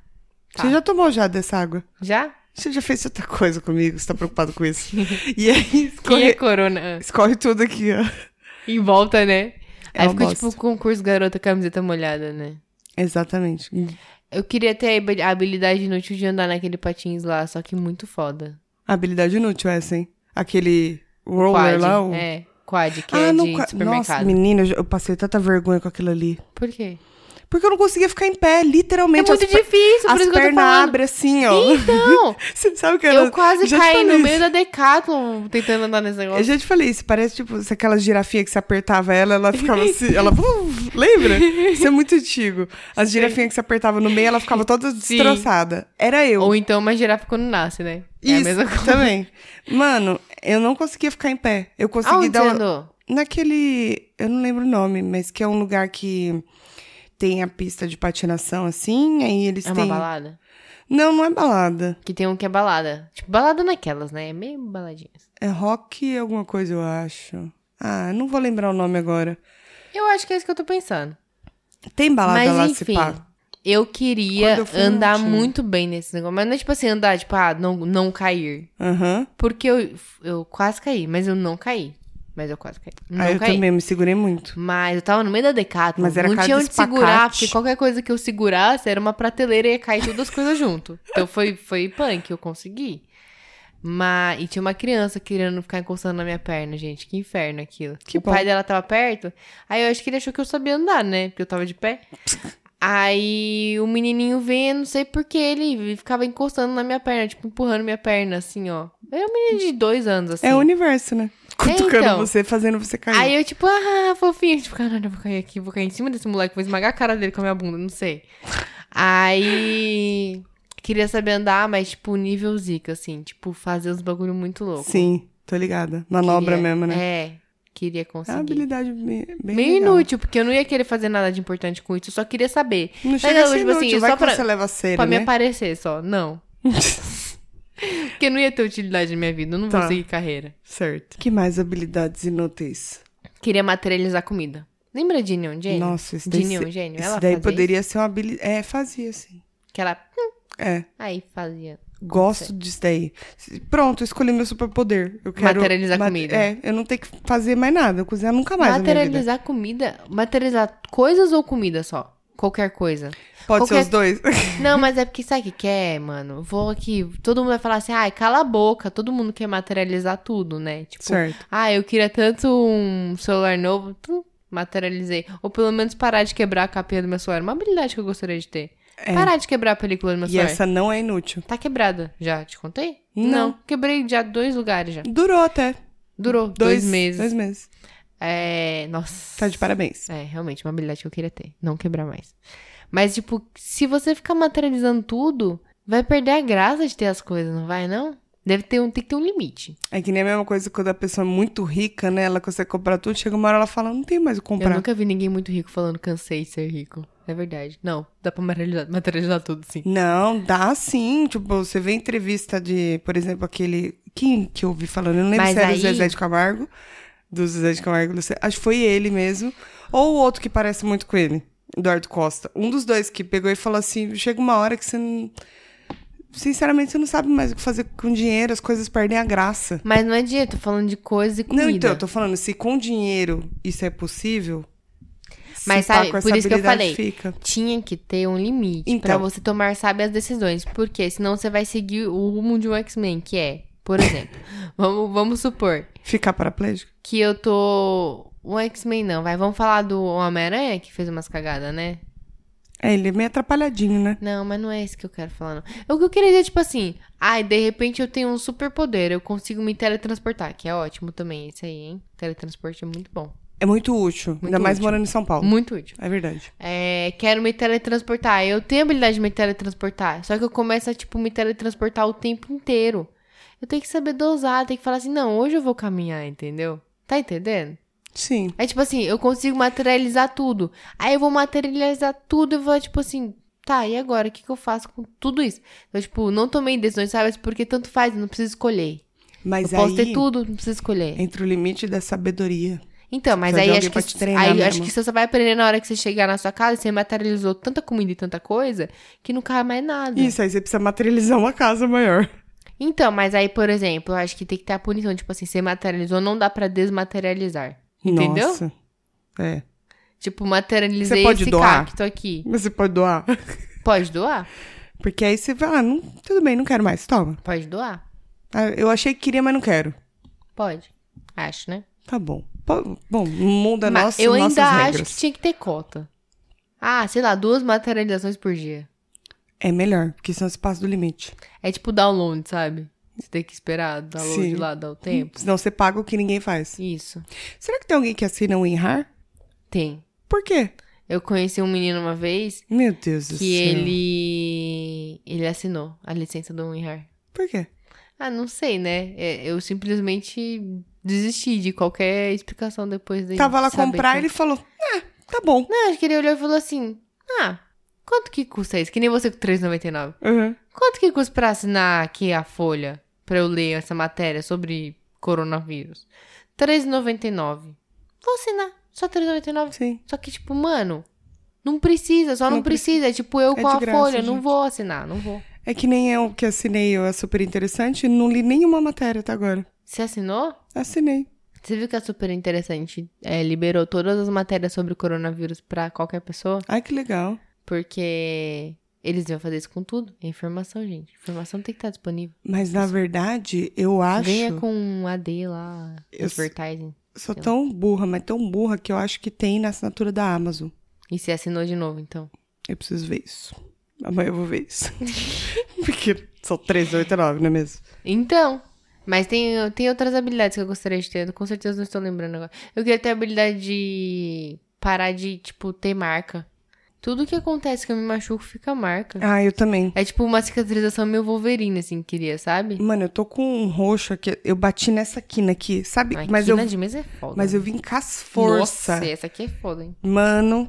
Speaker 1: Tá.
Speaker 2: Você já tomou já dessa água?
Speaker 1: Já?
Speaker 2: Você já fez outra coisa comigo? Você tá preocupado com isso? e aí
Speaker 1: Quem
Speaker 2: escorre,
Speaker 1: é corona?
Speaker 2: escorre tudo aqui, ó.
Speaker 1: Em volta, né?
Speaker 2: É
Speaker 1: aí
Speaker 2: uma
Speaker 1: ficou
Speaker 2: bosta.
Speaker 1: tipo concurso garota camiseta molhada, né?
Speaker 2: Exatamente.
Speaker 1: Hum. Eu queria ter a habi- a habilidade inútil de andar naquele patins lá, só que muito foda.
Speaker 2: Habilidade inútil essa, hein? Aquele roller
Speaker 1: quad,
Speaker 2: lá. O...
Speaker 1: É, quad, que
Speaker 2: ah,
Speaker 1: é
Speaker 2: não.
Speaker 1: de
Speaker 2: qua- Nossa,
Speaker 1: supermercado.
Speaker 2: menina, eu já- eu passei tanta vergonha com aquilo ali.
Speaker 1: Por quê?
Speaker 2: Porque eu não conseguia ficar em pé,
Speaker 1: É
Speaker 2: literalmente.
Speaker 1: muito
Speaker 2: as per-
Speaker 1: difícil, por
Speaker 2: As
Speaker 1: isso que eu tô
Speaker 2: pernas
Speaker 1: falando.
Speaker 2: abrem assim, ó.
Speaker 1: Então,
Speaker 2: Você sabe o que
Speaker 1: eu quase
Speaker 2: já te
Speaker 1: caí
Speaker 2: falei
Speaker 1: no
Speaker 2: isso.
Speaker 1: meio da Decathlon tentando andar nesse
Speaker 2: Eu
Speaker 1: negócio.
Speaker 2: já te falei isso, parece tipo se aquelas girafinhas que você apertava ela, ela ficava assim, ela "Uf", lembra? Isso é muito antigo. As girafinhas que você apertava no meio, ela ficava toda destroçada. Era eu.
Speaker 1: Ou então uma girafa quando nasce, né? É a
Speaker 2: Isso,
Speaker 1: mesma coisa.
Speaker 2: também. Mano, eu não conseguia ficar em pé. Eu consegui
Speaker 1: Aonde
Speaker 2: dar
Speaker 1: você
Speaker 2: uma...
Speaker 1: andou?
Speaker 2: naquele, eu não lembro o nome, mas que é um lugar que tem a pista de patinação assim, aí eles
Speaker 1: É uma
Speaker 2: têm
Speaker 1: balada?
Speaker 2: Não, não é balada.
Speaker 1: Que tem um que é balada. Tipo, balada naquelas, né? É meio baladinhas.
Speaker 2: É rock alguma coisa, eu acho. Ah, não vou lembrar o nome agora.
Speaker 1: Eu acho que é isso que eu tô pensando.
Speaker 2: Tem balada
Speaker 1: Mas,
Speaker 2: lá se
Speaker 1: enfim,
Speaker 2: pá.
Speaker 1: eu queria
Speaker 2: Quando eu fui, não
Speaker 1: andar
Speaker 2: tinha.
Speaker 1: muito bem nesse negócio. Mas não é tipo assim, andar, tipo, ah, não, não cair.
Speaker 2: Aham.
Speaker 1: Porque eu, eu quase caí, mas eu não caí. Mas eu quase caí. Não
Speaker 2: Aí Ah, eu
Speaker 1: caí.
Speaker 2: também me segurei muito.
Speaker 1: Mas eu tava no meio da Decathlon.
Speaker 2: Mas era
Speaker 1: não
Speaker 2: cada
Speaker 1: tinha onde
Speaker 2: espacate.
Speaker 1: segurar, porque qualquer coisa que eu segurasse era uma prateleira e ia cair todas as coisas junto. Então foi, foi punk, eu consegui. Mas, e tinha uma criança querendo ficar encostando na minha perna, gente. Que inferno aquilo.
Speaker 2: Que
Speaker 1: o
Speaker 2: bom.
Speaker 1: pai dela tava perto. Aí eu acho que ele achou que eu sabia andar, né? Porque eu tava de pé. Aí o menininho vem, não sei porquê, ele ficava encostando na minha perna, tipo, empurrando minha perna, assim, ó. Era um menino de dois anos, assim.
Speaker 2: É o universo, né? Cutucando
Speaker 1: então.
Speaker 2: você, fazendo você cair.
Speaker 1: Aí eu, tipo, ah, fofinho. Tipo, caralho, eu vou cair aqui, vou cair em cima desse moleque, vou esmagar a cara dele com a minha bunda, não sei. Aí. Queria saber andar, mas, tipo, nível zica, assim. Tipo, fazer uns bagulho muito louco.
Speaker 2: Sim, tô ligada. Manobra
Speaker 1: Queria-
Speaker 2: mesmo, né?
Speaker 1: É, queria
Speaker 2: É uma
Speaker 1: conseguir.
Speaker 2: habilidade be- bem
Speaker 1: Meio
Speaker 2: legal.
Speaker 1: inútil, porque eu não ia querer fazer nada de importante com isso, eu só queria saber.
Speaker 2: Não
Speaker 1: Mas
Speaker 2: chega a
Speaker 1: eu,
Speaker 2: ser
Speaker 1: tipo assim,
Speaker 2: inútil,
Speaker 1: só
Speaker 2: vai
Speaker 1: pra-
Speaker 2: que você leva a sério,
Speaker 1: Pra me
Speaker 2: né?
Speaker 1: aparecer só, não. Porque não ia ter utilidade na minha vida, eu não vou
Speaker 2: Tá.
Speaker 1: seguir carreira.
Speaker 2: certo. Que mais habilidades inúteis?
Speaker 1: Queria materializar comida. Lembra de Neon Gênio?
Speaker 2: Nossa, isso daí,
Speaker 1: de Neon
Speaker 2: se-
Speaker 1: Gênio,
Speaker 2: isso
Speaker 1: ela
Speaker 2: daí
Speaker 1: fazia
Speaker 2: poderia ser uma habilidade... É, fazia, sim.
Speaker 1: Que ela hum,
Speaker 2: É.
Speaker 1: Aí fazia.
Speaker 2: Gosto disso daí. Pronto, escolhi meu superpoder. Eu quero
Speaker 1: Materializar
Speaker 2: ma-
Speaker 1: comida.
Speaker 2: É, eu não tenho que fazer mais nada. Eu cozinhar
Speaker 1: É
Speaker 2: nunca mais na minha vida.
Speaker 1: materializar comida. Materializar coisas ou comida só? Qualquer coisa.
Speaker 2: Pode ser
Speaker 1: qualquer-
Speaker 2: os dois.
Speaker 1: Não, mas é porque sabe o que quer, mano? Vou aqui. Todo mundo vai falar assim, ai, cala a boca. Todo mundo quer materializar tudo, né? Tipo,
Speaker 2: certo.
Speaker 1: ah, eu queria tanto um celular novo. Tum, materializei. Ou pelo menos parar de quebrar a capinha do meu celular. Uma habilidade que eu gostaria de ter.
Speaker 2: É.
Speaker 1: Parar de quebrar a película do meu
Speaker 2: E
Speaker 1: celular.
Speaker 2: essa não é inútil.
Speaker 1: Tá quebrada. Já te contei?
Speaker 2: Não.
Speaker 1: Quebrei já dois lugares já.
Speaker 2: Durou até.
Speaker 1: Durou dois, meses.
Speaker 2: Dois meses.
Speaker 1: É. Nossa.
Speaker 2: Tá de parabéns.
Speaker 1: É, realmente, uma habilidade que eu queria ter. Não quebrar mais. Mas, tipo, se você ficar materializando tudo, vai perder a graça de ter as coisas, não vai, não? Deve ter um, tem que ter um limite.
Speaker 2: É que nem a mesma coisa quando a pessoa é muito rica, né? Ela consegue comprar tudo, chega uma hora ela fala, não tem mais o que comprar.
Speaker 1: Eu nunca vi ninguém muito rico falando cansei de ser rico. É verdade. Não, dá pra materializar, materializar tudo, sim.
Speaker 2: Não, dá sim. Tipo, você vê entrevista de, por exemplo, aquele. Quem que eu ouvi falando? Eu não lembro
Speaker 1: Mas
Speaker 2: se era
Speaker 1: aí-
Speaker 2: o Zezé de Camargo. Do Zezé de Camargo, não sei. acho que foi ele mesmo. Ou o outro que parece muito com ele, Eduardo Costa. Um dos dois que pegou e falou assim: chega uma hora que você. não- Sinceramente, você não sabe mais o que fazer com dinheiro, as coisas perdem a graça.
Speaker 1: Mas não é dinheiro, tô falando de coisa e comida.
Speaker 2: Não, então, eu tô falando, se com dinheiro isso é possível. se
Speaker 1: Mas
Speaker 2: pá,
Speaker 1: sabe,
Speaker 2: com essa
Speaker 1: por isso que eu
Speaker 2: habilidade
Speaker 1: falei.
Speaker 2: Fica.
Speaker 1: Tinha que ter um limite pra
Speaker 2: Então.
Speaker 1: você tomar sábias decisões. Porque senão você vai seguir o rumo de um X-Men, que é, por exemplo, vamos, vamos supor,
Speaker 2: Ficar paraplégico?
Speaker 1: que eu tô. O X-Men não, vai. Vamos falar do Homem-Aranha que fez umas cagadas, né?
Speaker 2: É, ele é meio atrapalhadinho, né?
Speaker 1: Não, mas não é isso que eu quero falar, não. O que eu queria dizer, tipo assim, ai, de repente eu tenho um superpoder, eu consigo me teletransportar, que é ótimo também, isso aí, hein? Teletransporte é muito bom.
Speaker 2: É muito útil. ainda mais
Speaker 1: útil.
Speaker 2: morando em São Paulo.
Speaker 1: Muito útil.
Speaker 2: É verdade.
Speaker 1: É, quero me teletransportar. Eu tenho a habilidade de me teletransportar. Só que eu começo a, tipo, me teletransportar o tempo inteiro. Eu tenho que saber dosar, tenho que falar assim, não, hoje eu vou caminhar, entendeu? Tá entendendo?
Speaker 2: Sim.
Speaker 1: É tipo assim, eu consigo materializar tudo. Aí eu vou materializar tudo e vou, tipo assim, tá, e agora? O que, que eu faço com tudo isso? Eu, tipo, não tomei decisões sábias porque tanto faz, eu não preciso escolher.
Speaker 2: Mas
Speaker 1: eu posso
Speaker 2: aí
Speaker 1: ter tudo, não preciso escolher.
Speaker 2: entra o limite da sabedoria.
Speaker 1: Então, mas
Speaker 2: precisa
Speaker 1: aí acho
Speaker 2: de alguém pra
Speaker 1: que,
Speaker 2: te treinar
Speaker 1: aí
Speaker 2: mesmo.
Speaker 1: acho que você só vai aprender na hora que você chegar na sua casa e você materializou tanta comida e tanta coisa que não cai mais nada.
Speaker 2: Isso, aí você precisa materializar uma casa maior.
Speaker 1: Então, mas aí, por exemplo, eu acho que tem que ter a punição. Tipo assim, você materializou, não dá pra desmaterializar. Entendeu?
Speaker 2: Nossa. É.
Speaker 1: Tipo, materializei
Speaker 2: Você pode
Speaker 1: esse
Speaker 2: doar?
Speaker 1: cacto aqui.
Speaker 2: Mas Você pode doar.
Speaker 1: Pode doar?
Speaker 2: Porque aí você vai, ah, não, tudo bem, não quero mais. Toma.
Speaker 1: Pode doar.
Speaker 2: Ah, Eu achei que queria, mas não quero.
Speaker 1: Pode. Acho, né?
Speaker 2: Tá bom. Po- Bom, muda
Speaker 1: Mas
Speaker 2: nossa,
Speaker 1: eu
Speaker 2: nossas
Speaker 1: ainda acho
Speaker 2: regras.
Speaker 1: que tinha que ter cota. Ah, sei lá, duas materializações por dia.
Speaker 2: É melhor, porque senão você passa do limite.
Speaker 1: É tipo download, sabe? Você tem que esperar download
Speaker 2: Sim.
Speaker 1: lá dar o tempo.
Speaker 2: Senão você paga o que ninguém faz.
Speaker 1: Isso.
Speaker 2: Será que tem alguém que assina o WinRAR?
Speaker 1: Tem.
Speaker 2: Por quê?
Speaker 1: Eu conheci um menino uma vez
Speaker 2: Meu Deus do
Speaker 1: que
Speaker 2: céu.
Speaker 1: ele ele assinou a licença do WinRAR.
Speaker 2: Por quê?
Speaker 1: Ah, não sei, né? É, Eu simplesmente desisti de qualquer explicação depois dele.
Speaker 2: Tava lá
Speaker 1: saber
Speaker 2: comprar,
Speaker 1: que-
Speaker 2: ele falou, ah, tá bom.
Speaker 1: Não, acho que ele olhou e falou assim: Ah, quanto que custa isso? Que nem você com 3,99.
Speaker 2: Uhum.
Speaker 1: Quanto que custa pra assinar aqui a folha? Pra eu ler essa matéria sobre coronavírus? R$3,99. Vou assinar. Só R$3,99.
Speaker 2: Sim.
Speaker 1: Só que, tipo, mano, não precisa, só não,
Speaker 2: Não
Speaker 1: precisa. É tipo eu
Speaker 2: É
Speaker 1: com
Speaker 2: de
Speaker 1: a
Speaker 2: graça,
Speaker 1: folha. Não
Speaker 2: gente.
Speaker 1: vou assinar, não vou.
Speaker 2: É que nem eu que assinei, eu é super interessante, não li nenhuma matéria até agora.
Speaker 1: Você assinou?
Speaker 2: Assinei.
Speaker 1: Você viu que é super interessante? É, liberou todas as matérias sobre o coronavírus pra qualquer pessoa?
Speaker 2: Ai, que legal.
Speaker 1: Porque eles iam fazer isso com tudo. É informação, gente. Informação tem que estar disponível.
Speaker 2: Mas na verdade, eu acho.
Speaker 1: Ganha com um AD lá,
Speaker 2: Eu s-
Speaker 1: advertising.
Speaker 2: Sou tão burra, mas tão burra que eu acho que tem na assinatura da Amazon.
Speaker 1: E se assinou de novo, então.
Speaker 2: Eu preciso ver isso. Amanhã eu vou ver isso. Porque são 3,89, não é mesmo?
Speaker 1: Então. Mas tem, tem outras habilidades que eu gostaria de ter. Com certeza não estou lembrando agora. Eu queria ter a habilidade de parar de, tipo, ter marca. Tudo que acontece que eu me machuco fica marca.
Speaker 2: Ah, eu também.
Speaker 1: É tipo uma cicatrização meio Wolverine, assim, queria, sabe?
Speaker 2: Mano, eu tô com um roxo aqui. Eu bati nessa quina aqui, sabe?
Speaker 1: Mas,
Speaker 2: mas, eu,
Speaker 1: quina de mesa é foda.
Speaker 2: mas eu vim com as força.
Speaker 1: Nossa, essa aqui é foda, hein?
Speaker 2: Mano.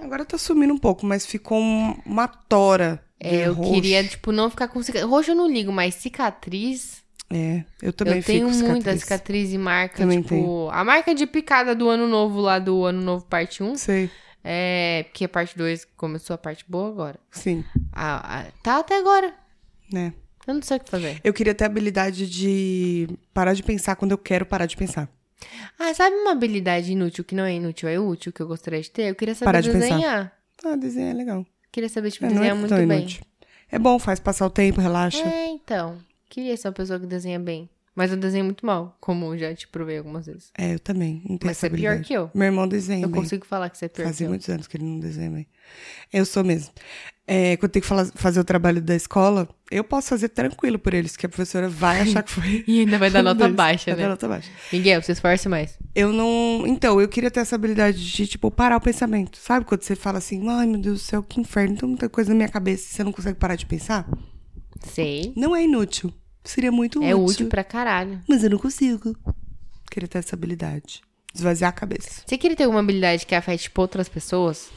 Speaker 2: Agora tá sumindo um pouco, mas ficou um- uma tora. de
Speaker 1: É, eu
Speaker 2: roxo.
Speaker 1: queria, tipo, não ficar com cicatriz. Roxo eu não ligo, mas cicatriz...
Speaker 2: É, eu também
Speaker 1: eu tenho
Speaker 2: fico
Speaker 1: muita
Speaker 2: cicatriz.
Speaker 1: cicatriz e marca,
Speaker 2: Também
Speaker 1: tipo... A marca de picada do ano novo lá, do ano novo parte 1,
Speaker 2: Sei.
Speaker 1: É, porque a parte 2 começou a parte boa agora.
Speaker 2: Sim,
Speaker 1: A- a- tá até agora.
Speaker 2: né?
Speaker 1: Eu não sei o que fazer.
Speaker 2: Eu queria ter a habilidade de parar de pensar quando eu quero parar de pensar.
Speaker 1: Ah, sabe uma habilidade inútil que não é inútil, é útil, que eu gostaria de ter? Eu queria saber
Speaker 2: Parar de pensar.
Speaker 1: desenhar.
Speaker 2: Ah, desenhar é legal.
Speaker 1: Queria saber, tipo,
Speaker 2: É, não
Speaker 1: desenhar
Speaker 2: é
Speaker 1: muito
Speaker 2: tão
Speaker 1: bem.
Speaker 2: inútil. É bom, faz passar o tempo, relaxa.
Speaker 1: É, então. Queria ser uma pessoa que desenha bem. Mas eu desenho muito mal, como eu já te provei algumas vezes.
Speaker 2: É, eu também. Não tenho
Speaker 1: Mas
Speaker 2: essa
Speaker 1: você é pior
Speaker 2: habilidade.
Speaker 1: que eu.
Speaker 2: Meu irmão desenha
Speaker 1: Eu
Speaker 2: bem.
Speaker 1: consigo falar que você é pior que
Speaker 2: Fazia
Speaker 1: eu.
Speaker 2: muitos anos que ele não desenha bem. Eu sou mesmo. É, quando tem que fala- fazer o trabalho da escola, eu posso fazer tranquilo por eles, que a professora vai achar que foi.
Speaker 1: E ainda vai dar nota
Speaker 2: deles.
Speaker 1: baixa,
Speaker 2: Vai dar
Speaker 1: né?
Speaker 2: nota baixa.
Speaker 1: Miguel, você esforce mais.
Speaker 2: Eu não. Então, eu queria ter essa habilidade de, tipo, parar o pensamento. Sabe quando você fala assim, ai meu Deus do céu, que inferno, tem muita coisa na minha cabeça e você não consegue parar de pensar?
Speaker 1: Sei.
Speaker 2: Não é inútil. Seria muito
Speaker 1: É útil pra caralho.
Speaker 2: Mas eu não consigo. Queria ter essa habilidade. Esvaziar a cabeça.
Speaker 1: Você queria ter alguma habilidade que afete tipo, outras pessoas?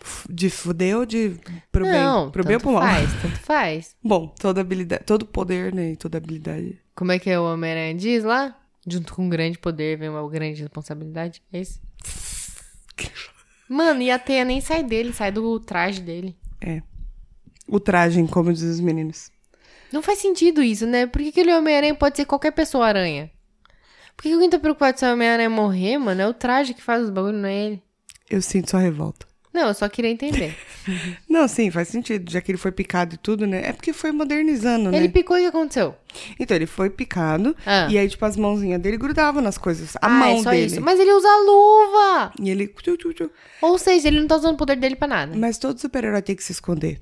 Speaker 2: F- De fuder ou de. Pro
Speaker 1: não,
Speaker 2: bem? Pro bem ou
Speaker 1: tanto
Speaker 2: pro mal?
Speaker 1: faz, tanto faz.
Speaker 2: Bom, toda habilidade, todo poder, né? E toda habilidade.
Speaker 1: Como é que o Homem-Aranha diz lá? Junto com um grande poder vem uma grande responsabilidade. É isso? Mano, e a teia nem sai dele, sai do traje dele.
Speaker 2: É. O traje, como dizem os meninos.
Speaker 1: Não faz sentido isso, né? Por que que ele é Homem-Aranha e pode ser qualquer pessoa aranha? Por que que alguém tá preocupado se o Homem-Aranha morrer, mano? É o traje que faz os bagulhos, não é ele.
Speaker 2: Eu sinto sua revolta.
Speaker 1: Não, eu só queria entender.
Speaker 2: Não, sim, faz sentido, já que ele foi picado e tudo, né? É porque foi modernizando,
Speaker 1: ele
Speaker 2: né?
Speaker 1: picou e o que aconteceu?
Speaker 2: Então, ele foi picado,
Speaker 1: Ah.
Speaker 2: e aí, tipo, as mãozinhas dele grudavam nas coisas. A
Speaker 1: Ah,
Speaker 2: mão
Speaker 1: é só
Speaker 2: dele.
Speaker 1: isso. Mas ele usa luva!
Speaker 2: E ele. tchu, tchu, tchu.
Speaker 1: Ou seja, ele não tá usando o poder dele pra nada.
Speaker 2: Mas todo super-herói tem que se esconder.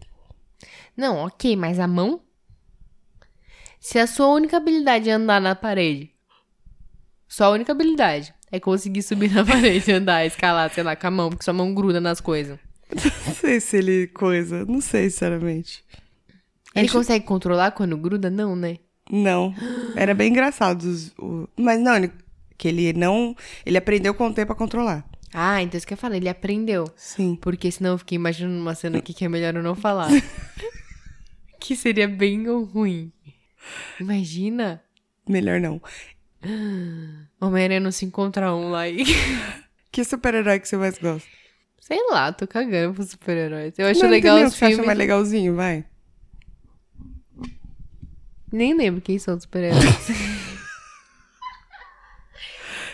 Speaker 1: Não, ok, mas a mão? Se a sua única habilidade é andar na parede, sua única habilidade é conseguir subir na parede, andar, escalar, sei lá, com a mão, porque sua mão gruda nas coisas.
Speaker 2: Não sei se ele coisa. Não sei, sinceramente.
Speaker 1: Ele
Speaker 2: Acho-
Speaker 1: consegue controlar quando gruda? Não, né?
Speaker 2: Não. Era bem engraçado. os- o- Mas não, ele... que ele não. Ele aprendeu com o tempo a controlar.
Speaker 1: Ah, então isso que eu falei, ele aprendeu.
Speaker 2: Sim.
Speaker 1: Porque senão eu fiquei imaginando uma cena aqui que é melhor eu não falar. que seria bem ou ruim. Imagina.
Speaker 2: Melhor não.
Speaker 1: Homem-Aranha não se encontra um lá e...
Speaker 2: Que super-herói que você mais gosta?
Speaker 1: Sei lá, tô cagando pros super-heróis. Eu acho
Speaker 2: Não, não tem
Speaker 1: legal
Speaker 2: nenhum
Speaker 1: os
Speaker 2: que você acha
Speaker 1: filmes.
Speaker 2: mais legalzinho, vai.
Speaker 1: Nem lembro quem são os super-heróis.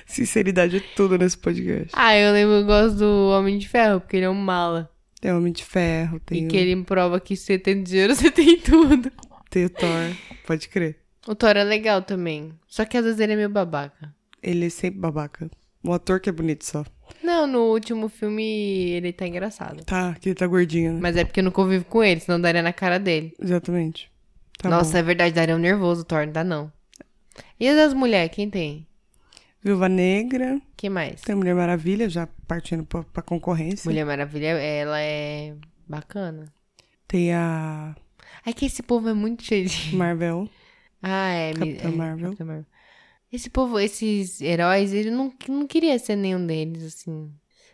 Speaker 2: Sinceridade é tudo nesse podcast.
Speaker 1: ah, eu lembro, eu gosto do Homem de Ferro, porque ele é um mala.
Speaker 2: Tem Homem de Ferro, tem,
Speaker 1: E
Speaker 2: o-
Speaker 1: que ele prova que se você tem dinheiro, você tem tudo.
Speaker 2: tem o Thor. Pode crer.
Speaker 1: O Thor é legal também. Só que às vezes ele é meio babaca.
Speaker 2: Ele é sempre babaca. O ator que é bonito só.
Speaker 1: Não, no último filme ele tá engraçado.
Speaker 2: Tá, que ele tá gordinho, né?
Speaker 1: Mas é porque eu não convivo com ele, senão daria na cara dele.
Speaker 2: Exatamente. Tá
Speaker 1: Nossa,
Speaker 2: bom.
Speaker 1: é verdade, daria um nervoso, Thor, não dá não. E as das mulheres, quem tem?
Speaker 2: Viúva Negra.
Speaker 1: Quem mais?
Speaker 2: Tem Mulher Maravilha, já partindo pra, pra concorrência.
Speaker 1: Mulher Maravilha, ela é bacana.
Speaker 2: Tem a
Speaker 1: É que esse povo é muito cheio de.
Speaker 2: Marvel.
Speaker 1: Ah, é. mi-
Speaker 2: Capitã
Speaker 1: é,
Speaker 2: Marvel.
Speaker 1: Capitã Marvel. Esse povo, esses heróis, ele não, não queria ser nenhum deles, assim.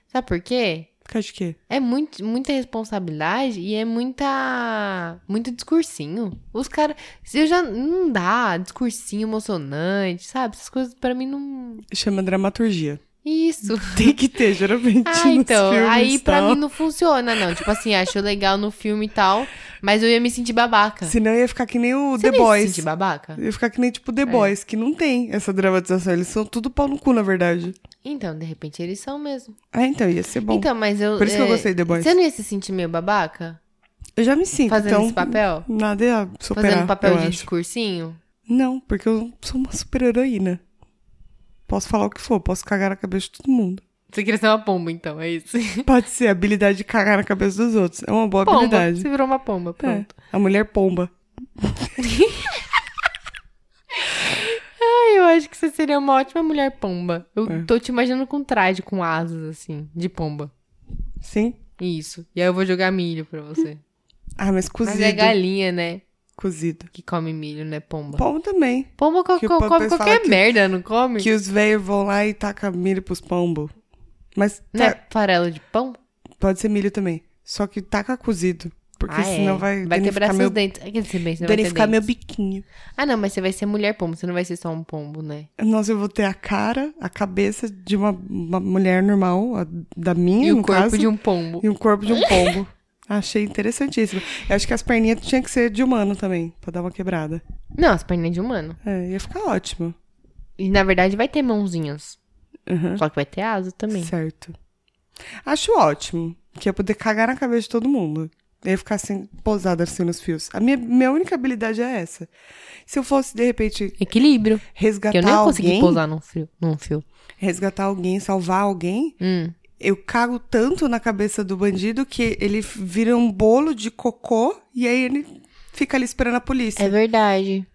Speaker 1: Sabe por quê?
Speaker 2: Fica de quê?
Speaker 1: É muito, muita responsabilidade e é muita. Muito discursinho. Os caras. Eu já. Não dá. Discursinho emocionante, sabe? Essas coisas pra mim não.
Speaker 2: Chama dramaturgia.
Speaker 1: Isso.
Speaker 2: Tem que ter, geralmente,
Speaker 1: Ah,
Speaker 2: nos
Speaker 1: então.
Speaker 2: filmes.
Speaker 1: Aí pra
Speaker 2: tal.
Speaker 1: mim não funciona, não. Tipo assim, acho legal no filme e tal, mas eu ia me sentir babaca.
Speaker 2: Senão ia ficar que nem o
Speaker 1: Você não
Speaker 2: The
Speaker 1: ia se
Speaker 2: Boys.
Speaker 1: sentir babaca?
Speaker 2: Ia ficar que nem, tipo, The Boys,
Speaker 1: É.
Speaker 2: que não tem essa dramatização. Eles são tudo pau no cu, na verdade.
Speaker 1: Então, de repente eles são mesmo.
Speaker 2: Ah, então, ia ser bom.
Speaker 1: então, mas eu.
Speaker 2: Por isso que eu
Speaker 1: é,
Speaker 2: gostei de The Boys.
Speaker 1: Você não ia se sentir meio babaca?
Speaker 2: Eu já me sinto,
Speaker 1: Fazendo
Speaker 2: então...
Speaker 1: esse papel?
Speaker 2: Nada ia superar,
Speaker 1: Fazendo papel
Speaker 2: eu
Speaker 1: de
Speaker 2: acho.
Speaker 1: discursinho?
Speaker 2: Não, porque eu sou uma super-heroína. Posso falar o que for, posso cagar na cabeça de todo mundo.
Speaker 1: Você queria ser uma pomba, então, é isso.
Speaker 2: Pode ser a habilidade de cagar na cabeça dos outros. É uma boa
Speaker 1: Pomba.
Speaker 2: habilidade.
Speaker 1: Você virou uma pomba,
Speaker 2: É,
Speaker 1: pronto.
Speaker 2: a mulher pomba.
Speaker 1: Ai, eu acho que você seria uma ótima mulher pomba. Eu
Speaker 2: É.
Speaker 1: tô te imaginando com traje, com asas, assim, de pomba.
Speaker 2: Sim?
Speaker 1: Isso. E aí eu vou jogar milho pra você.
Speaker 2: Ah, mas cozido.
Speaker 1: Mas é galinha, né?
Speaker 2: Cozido.
Speaker 1: Que come milho, né? Pomba.
Speaker 2: Pomba também.
Speaker 1: Pomba co-
Speaker 2: Que o
Speaker 1: co-
Speaker 2: papai
Speaker 1: come
Speaker 2: fala
Speaker 1: qualquer
Speaker 2: que-
Speaker 1: merda, não come?
Speaker 2: Que os velhos vão lá e tacam milho pros pombos. Mas
Speaker 1: Não é
Speaker 2: tá-
Speaker 1: farelo de pão?
Speaker 2: pode ser milho também. Só que taca tá cozido. Porque
Speaker 1: ah, é.
Speaker 2: senão vai,
Speaker 1: vai quebrar
Speaker 2: danificar
Speaker 1: seus
Speaker 2: meu,
Speaker 1: dentes. Ah, quer dizer, bem, você não vai ter
Speaker 2: danificar meu
Speaker 1: dentes.
Speaker 2: biquinho.
Speaker 1: Ah, não, mas você vai ser mulher pombo, você não vai ser só um pombo, né?
Speaker 2: Nossa, eu vou ter a cara, a cabeça de uma, uma mulher normal, a- da minha,
Speaker 1: E o
Speaker 2: no
Speaker 1: corpo
Speaker 2: caso,
Speaker 1: de um pombo.
Speaker 2: e o corpo de um pombo. Achei interessantíssimo. Eu acho que as perninhas tinham que ser de humano também, pra dar uma quebrada.
Speaker 1: Não, as perninhas de um humano.
Speaker 2: É, ia ficar ótimo.
Speaker 1: E na verdade vai ter mãozinhas.
Speaker 2: Uhum.
Speaker 1: Só que vai ter asa também.
Speaker 2: Certo. Acho ótimo, que ia poder cagar na cabeça de todo mundo. Eu ia ficar assim, pousada assim nos fios. A minha, minha única habilidade é essa. Se eu fosse, de repente,
Speaker 1: Equilíbrio. Que
Speaker 2: resgatar
Speaker 1: eu nem consegui
Speaker 2: Tá alguém,
Speaker 1: pousar num fio. Num fio.
Speaker 2: resgatar alguém, salvar alguém,
Speaker 1: Hum.
Speaker 2: eu cago tanto na cabeça do bandido que ele vira um bolo de cocô e aí ele fica ali esperando a polícia.
Speaker 1: É verdade.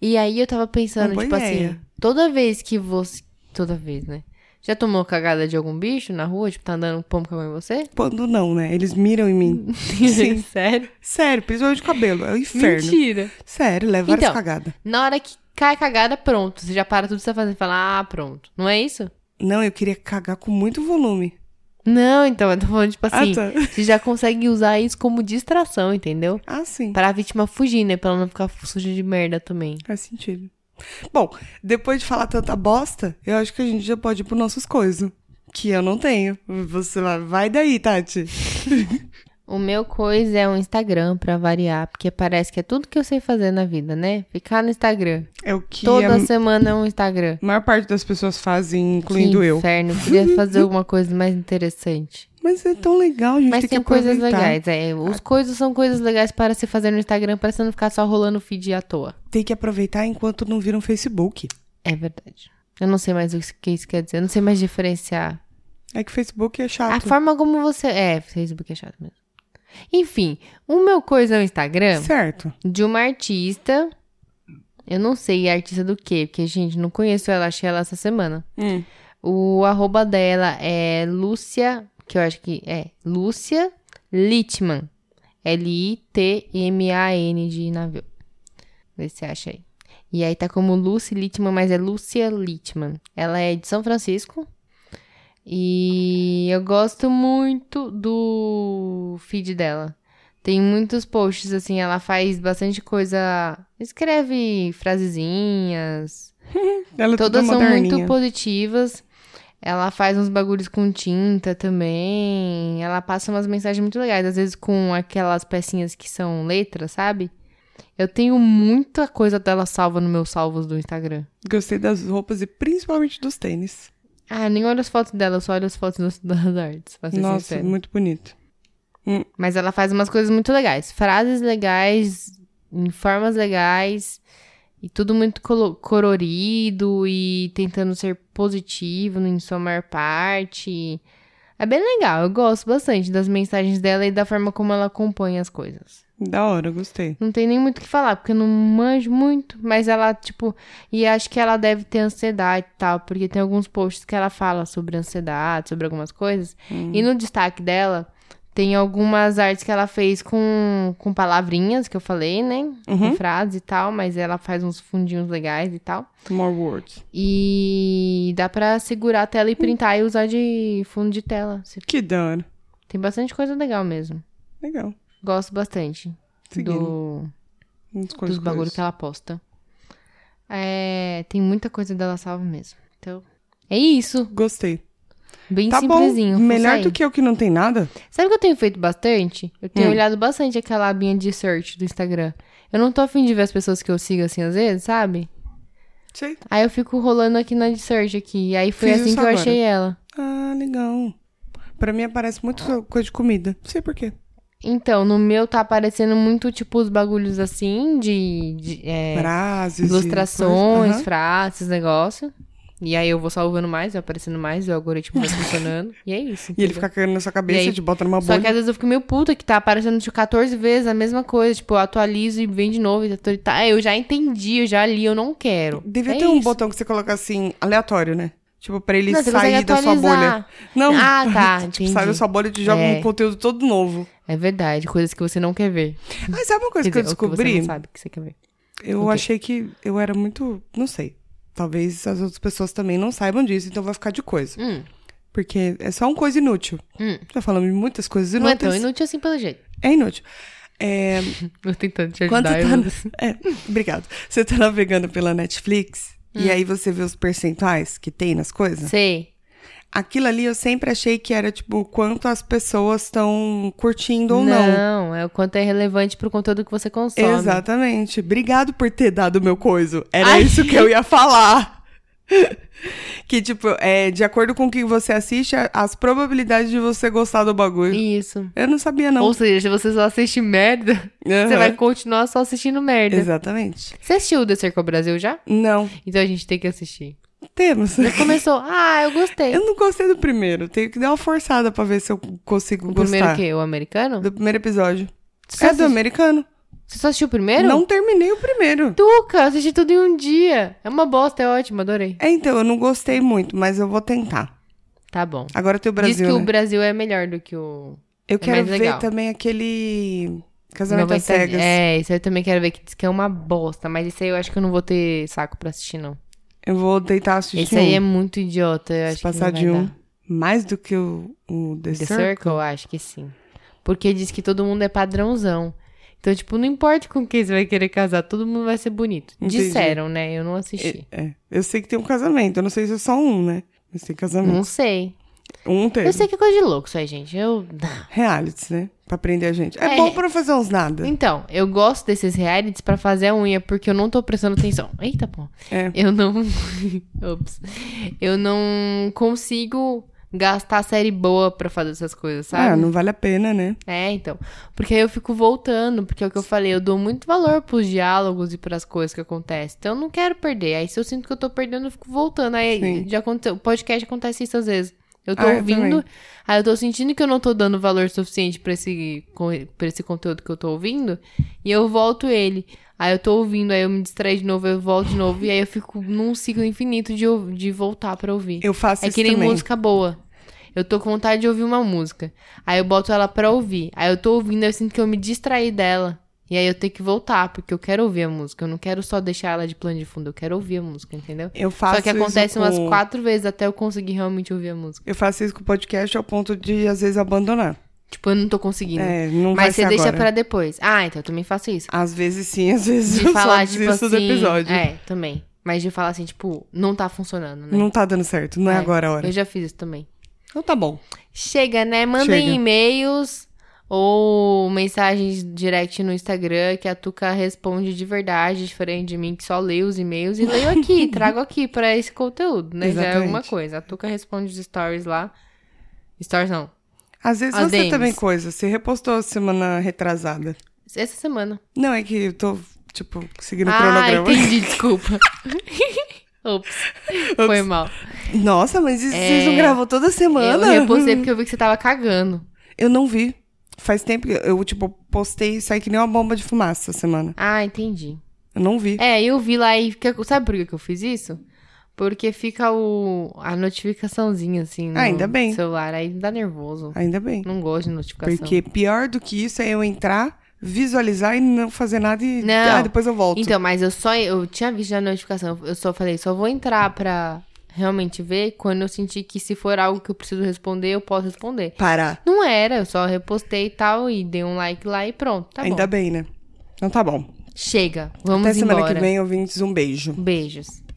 Speaker 1: E aí eu tava pensando,
Speaker 2: Uma boa
Speaker 1: tipo
Speaker 2: ideia.
Speaker 1: assim, toda vez que você. Toda vez, né? Já tomou cagada de algum bicho na rua? Tipo, tá andando um pombo cagou em você?
Speaker 2: Quando não, né? Eles miram em mim. Sim.
Speaker 1: Sério?
Speaker 2: Sério, principalmente o cabelo. É o inferno.
Speaker 1: Mentira.
Speaker 2: Sério, leva várias
Speaker 1: Então.
Speaker 2: cagadas.
Speaker 1: Na hora que cai a cagada, pronto. Você já para tudo que você tá fazendo e fala, ah, pronto. Não é isso?
Speaker 2: Não, eu queria cagar com muito volume.
Speaker 1: Não, então, eu tô falando, tipo assim,
Speaker 2: Ah, tá.
Speaker 1: você já consegue usar isso como distração, entendeu?
Speaker 2: Ah, sim.
Speaker 1: Pra a vítima fugir, né? Pra ela não ficar suja de merda também.
Speaker 2: Faz sentido. Bom, depois de falar tanta bosta, eu acho que a gente já pode ir pros nossos coisas. Que eu não tenho. Você vai- vai daí, Tati.
Speaker 1: O meu coisa é o Instagram, pra variar, porque parece que é tudo que eu sei fazer na vida, né? Ficar no Instagram.
Speaker 2: É o que
Speaker 1: Toda
Speaker 2: a
Speaker 1: semana é um Instagram.
Speaker 2: maior parte das pessoas
Speaker 1: Que
Speaker 2: fazem, incluindo eu.
Speaker 1: inferno, eu queria fazer alguma coisa mais interessante.
Speaker 2: Mas é tão legal, a gente
Speaker 1: Mas
Speaker 2: tem,
Speaker 1: tem,
Speaker 2: que
Speaker 1: coisas
Speaker 2: aproveitar. Ah.
Speaker 1: legais, é. Os coisas são coisas legais para se fazer no Instagram, para você não ficar só rolando feed à toa.
Speaker 2: Tem que aproveitar enquanto não vira um Facebook.
Speaker 1: É verdade. Eu não sei mais o que isso quer dizer, eu não sei mais diferenciar.
Speaker 2: É que Facebook é
Speaker 1: A
Speaker 2: chato.
Speaker 1: forma como você. É, Facebook é chato mesmo. Enfim, o meu coisa é o Instagram
Speaker 2: Certo.
Speaker 1: de uma artista. Eu não sei artista do quê, porque, gente, não conheço ela, achei ela essa semana. O arroba dela é Lúcia, que eu acho que é Lúcia Littman. L-I-T-M-A-N de navio. Vê se você acha aí. E aí tá como Lucy Littman, mas é Lúcia Littman. Ela é de São Francisco. E eu gosto muito do feed dela. Tem muitos posts, assim, ela faz bastante coisa. Escreve frasezinhas,
Speaker 2: Ela é
Speaker 1: Todas
Speaker 2: toda
Speaker 1: são muito
Speaker 2: moderninha.
Speaker 1: positivas. Ela faz uns bagulhos com tinta também. Ela passa umas mensagens muito legais, às vezes com aquelas pecinhas que são letras, sabe? Eu tenho muita coisa dela salva no meus salvos do Instagram.
Speaker 2: Gostei das roupas e principalmente dos tênis.
Speaker 1: Ah, nem olho as fotos dela, eu só olho as fotos dos- das artes, pra ser
Speaker 2: Nossa,
Speaker 1: sincera.
Speaker 2: muito bonito.
Speaker 1: Mas ela faz umas coisas muito legais. Frases legais, em formas legais. E tudo muito colo- colorido e tentando ser positivo em sua maior parte. É bem legal, eu gosto bastante das mensagens dela e da forma como ela compõe as coisas.
Speaker 2: Da hora, gostei.
Speaker 1: Não tem nem muito o que falar, porque eu não manjo muito, mas ela, tipo, e acho que ela deve ter ansiedade e tal, porque tem alguns posts que ela fala sobre ansiedade, sobre algumas coisas.
Speaker 2: Hum.
Speaker 1: E no destaque dela, tem algumas artes que ela fez com, com palavrinhas que eu falei, né?
Speaker 2: Uhum.
Speaker 1: Com frases e tal, mas ela faz uns fundinhos legais e tal.
Speaker 2: More words.
Speaker 1: E dá pra segurar a
Speaker 2: Hum.
Speaker 1: tela e printar e usar de fundo de tela.
Speaker 2: Que da hora.
Speaker 1: Tem bastante coisa legal mesmo.
Speaker 2: Legal.
Speaker 1: Gosto bastante
Speaker 2: Seguindo.
Speaker 1: do
Speaker 2: Uns
Speaker 1: dos
Speaker 2: coisas,
Speaker 1: bagulho
Speaker 2: coisas.
Speaker 1: que ela posta. É, tem muita coisa dela salva mesmo. Então, é isso.
Speaker 2: Gostei.
Speaker 1: Bem
Speaker 2: tá bom.
Speaker 1: simplesinho. vou
Speaker 2: Melhor
Speaker 1: sair.
Speaker 2: do que eu que não tem nada.
Speaker 1: Sabe o que eu tenho feito bastante? Eu tenho
Speaker 2: Hum.
Speaker 1: olhado bastante aquela abinha de search do Instagram. Eu não tô afim de ver as pessoas que eu sigo assim às vezes, sabe?
Speaker 2: Sei.
Speaker 1: Aí eu fico rolando aqui na de search aqui. E aí foi
Speaker 2: Fiz
Speaker 1: assim
Speaker 2: isso
Speaker 1: que eu
Speaker 2: agora.
Speaker 1: achei ela.
Speaker 2: Ah, legal. Pra mim aparece muito coisa de comida. Não sei por quê.
Speaker 1: Então, no meu tá aparecendo muito, tipo, os bagulhos assim de. de, é,
Speaker 2: Frases. e
Speaker 1: ilustrações,
Speaker 2: coisas. Aham.
Speaker 1: frases, negócio. E aí eu vou salvando mais, eu aparecendo mais, o algoritmo vai funcionando. e é isso.
Speaker 2: E ele
Speaker 1: entendeu?
Speaker 2: fica caindo na sua cabeça,
Speaker 1: E aí-
Speaker 2: te bota numa
Speaker 1: Só
Speaker 2: bolha.
Speaker 1: que é às vezes eu fico meio puta que tá aparecendo tipo, 14 vezes a mesma coisa. Tipo, eu atualizo e vem de novo. e atu- Tá, eu já entendi, eu já li, eu não quero.
Speaker 2: Devia
Speaker 1: é
Speaker 2: ter um
Speaker 1: isso.
Speaker 2: botão que você coloca assim, aleatório, né? Tipo, pra ele
Speaker 1: Não, você
Speaker 2: sair
Speaker 1: consegue
Speaker 2: da sua bolha.
Speaker 1: atualizar.
Speaker 2: Não,
Speaker 1: Ah, tá,
Speaker 2: tipo, sai da
Speaker 1: entendi.
Speaker 2: sua bolha e te joga
Speaker 1: É.
Speaker 2: um conteúdo todo novo.
Speaker 1: É verdade, coisas que você não quer ver.
Speaker 2: Mas sabe uma coisa
Speaker 1: Quer
Speaker 2: que eu
Speaker 1: dizer, ou Que você
Speaker 2: descobri?
Speaker 1: não sabe que você quer ver.
Speaker 2: eu
Speaker 1: O quê?
Speaker 2: achei que eu era muito. Não sei. Talvez as outras pessoas também não saibam disso, então vai ficar de coisa.
Speaker 1: Hum,
Speaker 2: Porque é só uma coisa inútil.
Speaker 1: Hum.
Speaker 2: Já falamos de muitas coisas
Speaker 1: não é
Speaker 2: inúteis.
Speaker 1: tão inútil assim pelo jeito.
Speaker 2: É inútil. É,
Speaker 1: Tô tentando te
Speaker 2: Quando
Speaker 1: ajudar.
Speaker 2: tá
Speaker 1: eu-
Speaker 2: na- é, obrigado. Você tá navegando pela Netflix
Speaker 1: Hum.
Speaker 2: e aí você vê os percentuais que tem nas coisas.
Speaker 1: Sei.
Speaker 2: Aquilo ali eu sempre achei que era tipo quanto as pessoas estão curtindo ou não.
Speaker 1: não, né? é o quanto é relevante pro conteúdo que você consome.
Speaker 2: Exatamente. Obrigado por ter dado meu coiso. Era
Speaker 1: Ai.
Speaker 2: isso que eu ia falar. que tipo, é, de acordo com o que você assiste, a- as probabilidades de você gostar do bagulho.
Speaker 1: Isso.
Speaker 2: Eu não sabia não.
Speaker 1: Ou seja, se você só assiste merda, você
Speaker 2: Aham.
Speaker 1: vai continuar só assistindo merda.
Speaker 2: Exatamente.
Speaker 1: Você assistiu o The Circle Brasil já?
Speaker 2: Não,
Speaker 1: Então a gente tem que assistir.
Speaker 2: temos.
Speaker 1: Já começou, ah, eu gostei.
Speaker 2: Eu não gostei do primeiro. Tenho que dar uma forçada pra ver se eu consigo
Speaker 1: O
Speaker 2: gostar.
Speaker 1: primeiro que? O americano?
Speaker 2: Do primeiro episódio.
Speaker 1: Você,
Speaker 2: é
Speaker 1: só
Speaker 2: do
Speaker 1: assisti-
Speaker 2: americano.
Speaker 1: você só assistiu o primeiro?
Speaker 2: Não terminei o primeiro.
Speaker 1: Tuca, eu assisti tudo em um dia. É uma bosta, é ótimo, adorei.
Speaker 2: É, então, eu não gostei muito, mas eu vou tentar.
Speaker 1: Tá bom.
Speaker 2: Agora tem o Brasil.
Speaker 1: Diz que
Speaker 2: né?
Speaker 1: o Brasil é melhor do que o.
Speaker 2: Eu quero
Speaker 1: mais
Speaker 2: ver
Speaker 1: legal.
Speaker 2: também aquele Casamento às
Speaker 1: 90
Speaker 2: Cegas.
Speaker 1: É, isso eu também quero ver, que diz que é uma bosta, mas esse aí eu acho que eu não vou ter saco pra assistir, não.
Speaker 2: Eu vou deitar assistir
Speaker 1: Esse aí é
Speaker 2: um.
Speaker 1: muito idiota, eu acho
Speaker 2: Se passar
Speaker 1: que
Speaker 2: de
Speaker 1: não vai
Speaker 2: um.
Speaker 1: dar.
Speaker 2: Mais do que o, o The,
Speaker 1: The
Speaker 2: Circle.
Speaker 1: Circle, eu acho que sim. Porque diz que todo mundo é padrãozão. Então, tipo, não importa com quem você vai querer casar, todo mundo vai ser bonito.
Speaker 2: Entendi.
Speaker 1: Disseram, né? Eu não assisti.
Speaker 2: É. Eu sei que tem um casamento. Eu não sei se é só um, né? Mas tem casamento.
Speaker 1: Não sei.
Speaker 2: Um teve.
Speaker 1: Eu sei que é coisa de louco isso aí, gente. Eu.
Speaker 2: Realities, né? Pra aprender a gente. É,
Speaker 1: É.
Speaker 2: bom pra fazer uns nada.
Speaker 1: Então, eu gosto desses realities pra fazer a unha, porque eu não tô prestando atenção. Eita, pô.
Speaker 2: É.
Speaker 1: Eu não. Ops. Eu não consigo gastar série boa pra fazer essas coisas, sabe?
Speaker 2: Ah, não vale a pena, né?
Speaker 1: É, então. Porque aí eu fico voltando, porque é o que eu falei, eu dou muito valor pros diálogos e pras coisas que acontecem. Então eu não quero perder. Aí se eu sinto que eu tô perdendo, eu fico voltando. Aí
Speaker 2: Sim.
Speaker 1: já aconteceu, o podcast acontece isso às vezes. Eu tô
Speaker 2: Ah, eu
Speaker 1: ouvindo,
Speaker 2: também.
Speaker 1: aí eu tô sentindo que eu não tô dando valor suficiente pra esse, co- pra esse conteúdo que eu tô ouvindo, e eu volto ele. Aí eu tô ouvindo, aí eu me distraio de novo, eu volto de novo, e aí eu fico num ciclo infinito de, ou- de voltar pra ouvir.
Speaker 2: Eu faço
Speaker 1: É
Speaker 2: isso
Speaker 1: que nem
Speaker 2: também.
Speaker 1: música boa. Eu tô com vontade de ouvir uma música. Aí eu boto ela pra ouvir. Aí eu tô ouvindo, eu sinto que eu me distraí dela. E aí eu tenho que voltar, porque eu quero ouvir a música. Eu não quero só deixar ela de plano de fundo, eu quero ouvir a música, entendeu?
Speaker 2: Eu faço
Speaker 1: só que acontece
Speaker 2: isso com...
Speaker 1: umas quatro vezes até eu conseguir realmente ouvir a música.
Speaker 2: Eu faço isso com o podcast ao ponto de, às vezes, abandonar.
Speaker 1: Tipo, eu não tô conseguindo.
Speaker 2: É, não vai
Speaker 1: Mas
Speaker 2: ser
Speaker 1: você deixa
Speaker 2: agora.
Speaker 1: pra depois. Ah, então eu também faço isso.
Speaker 2: Às vezes sim, às vezes
Speaker 1: De
Speaker 2: eu
Speaker 1: falar,
Speaker 2: só
Speaker 1: tipo
Speaker 2: desisto
Speaker 1: assim.
Speaker 2: do episódio.
Speaker 1: É, também. Mas de falar assim, tipo, não tá funcionando, né?
Speaker 2: Não tá dando certo, não é,
Speaker 1: É,
Speaker 2: agora a hora.
Speaker 1: Eu já fiz isso também.
Speaker 2: Então tá bom.
Speaker 1: Chega, né? Mandem
Speaker 2: Chega.
Speaker 1: e-mails ou mensagens direct no Instagram que a Tuca responde de verdade, diferente de mim que só leio os e-mails e leio aqui, trago aqui pra esse conteúdo, né? Já é
Speaker 2: Exatamente.
Speaker 1: alguma coisa. A Tuca responde os stories lá. Stories não.
Speaker 2: Às vezes
Speaker 1: As
Speaker 2: você
Speaker 1: DMs.
Speaker 2: também coisa, você repostou semana retrasada.
Speaker 1: Essa semana.
Speaker 2: Não é que eu tô, tipo, seguindo o
Speaker 1: ah,
Speaker 2: cronograma.
Speaker 1: entendi, desculpa. Ops, foi mal.
Speaker 2: Nossa, mas isso, vocês não
Speaker 1: É,
Speaker 2: gravam toda semana?
Speaker 1: Eu repostei porque eu vi que você tava cagando.
Speaker 2: Eu não vi. Faz tempo que eu, tipo, postei, sai que nem uma bomba de fumaça essa semana.
Speaker 1: Ah, entendi.
Speaker 2: Eu não vi.
Speaker 1: É, eu vi lá e fica. Sabe por que que eu fiz isso? Porque fica o a notificaçãozinha assim no
Speaker 2: Ah, ainda bem.
Speaker 1: celular, aí me dá nervoso.
Speaker 2: Ainda bem.
Speaker 1: Não gosto de notificação.
Speaker 2: Porque pior do que isso é eu entrar, visualizar e não fazer nada e.
Speaker 1: Não.
Speaker 2: Ah, depois eu volto.
Speaker 1: Então, mas eu só eu tinha visto a notificação, eu só falei, só vou entrar pra realmente ver quando eu sentir que se for algo que eu preciso responder, eu posso responder.
Speaker 2: Parar.
Speaker 1: Não era, eu só repostei e tal e dei um like lá e pronto, tá
Speaker 2: Ainda
Speaker 1: bom.
Speaker 2: bem, né? Então tá bom.
Speaker 1: Chega, vamos
Speaker 2: Até semana
Speaker 1: embora.
Speaker 2: que vem, ouvintes, um beijo.
Speaker 1: Beijos.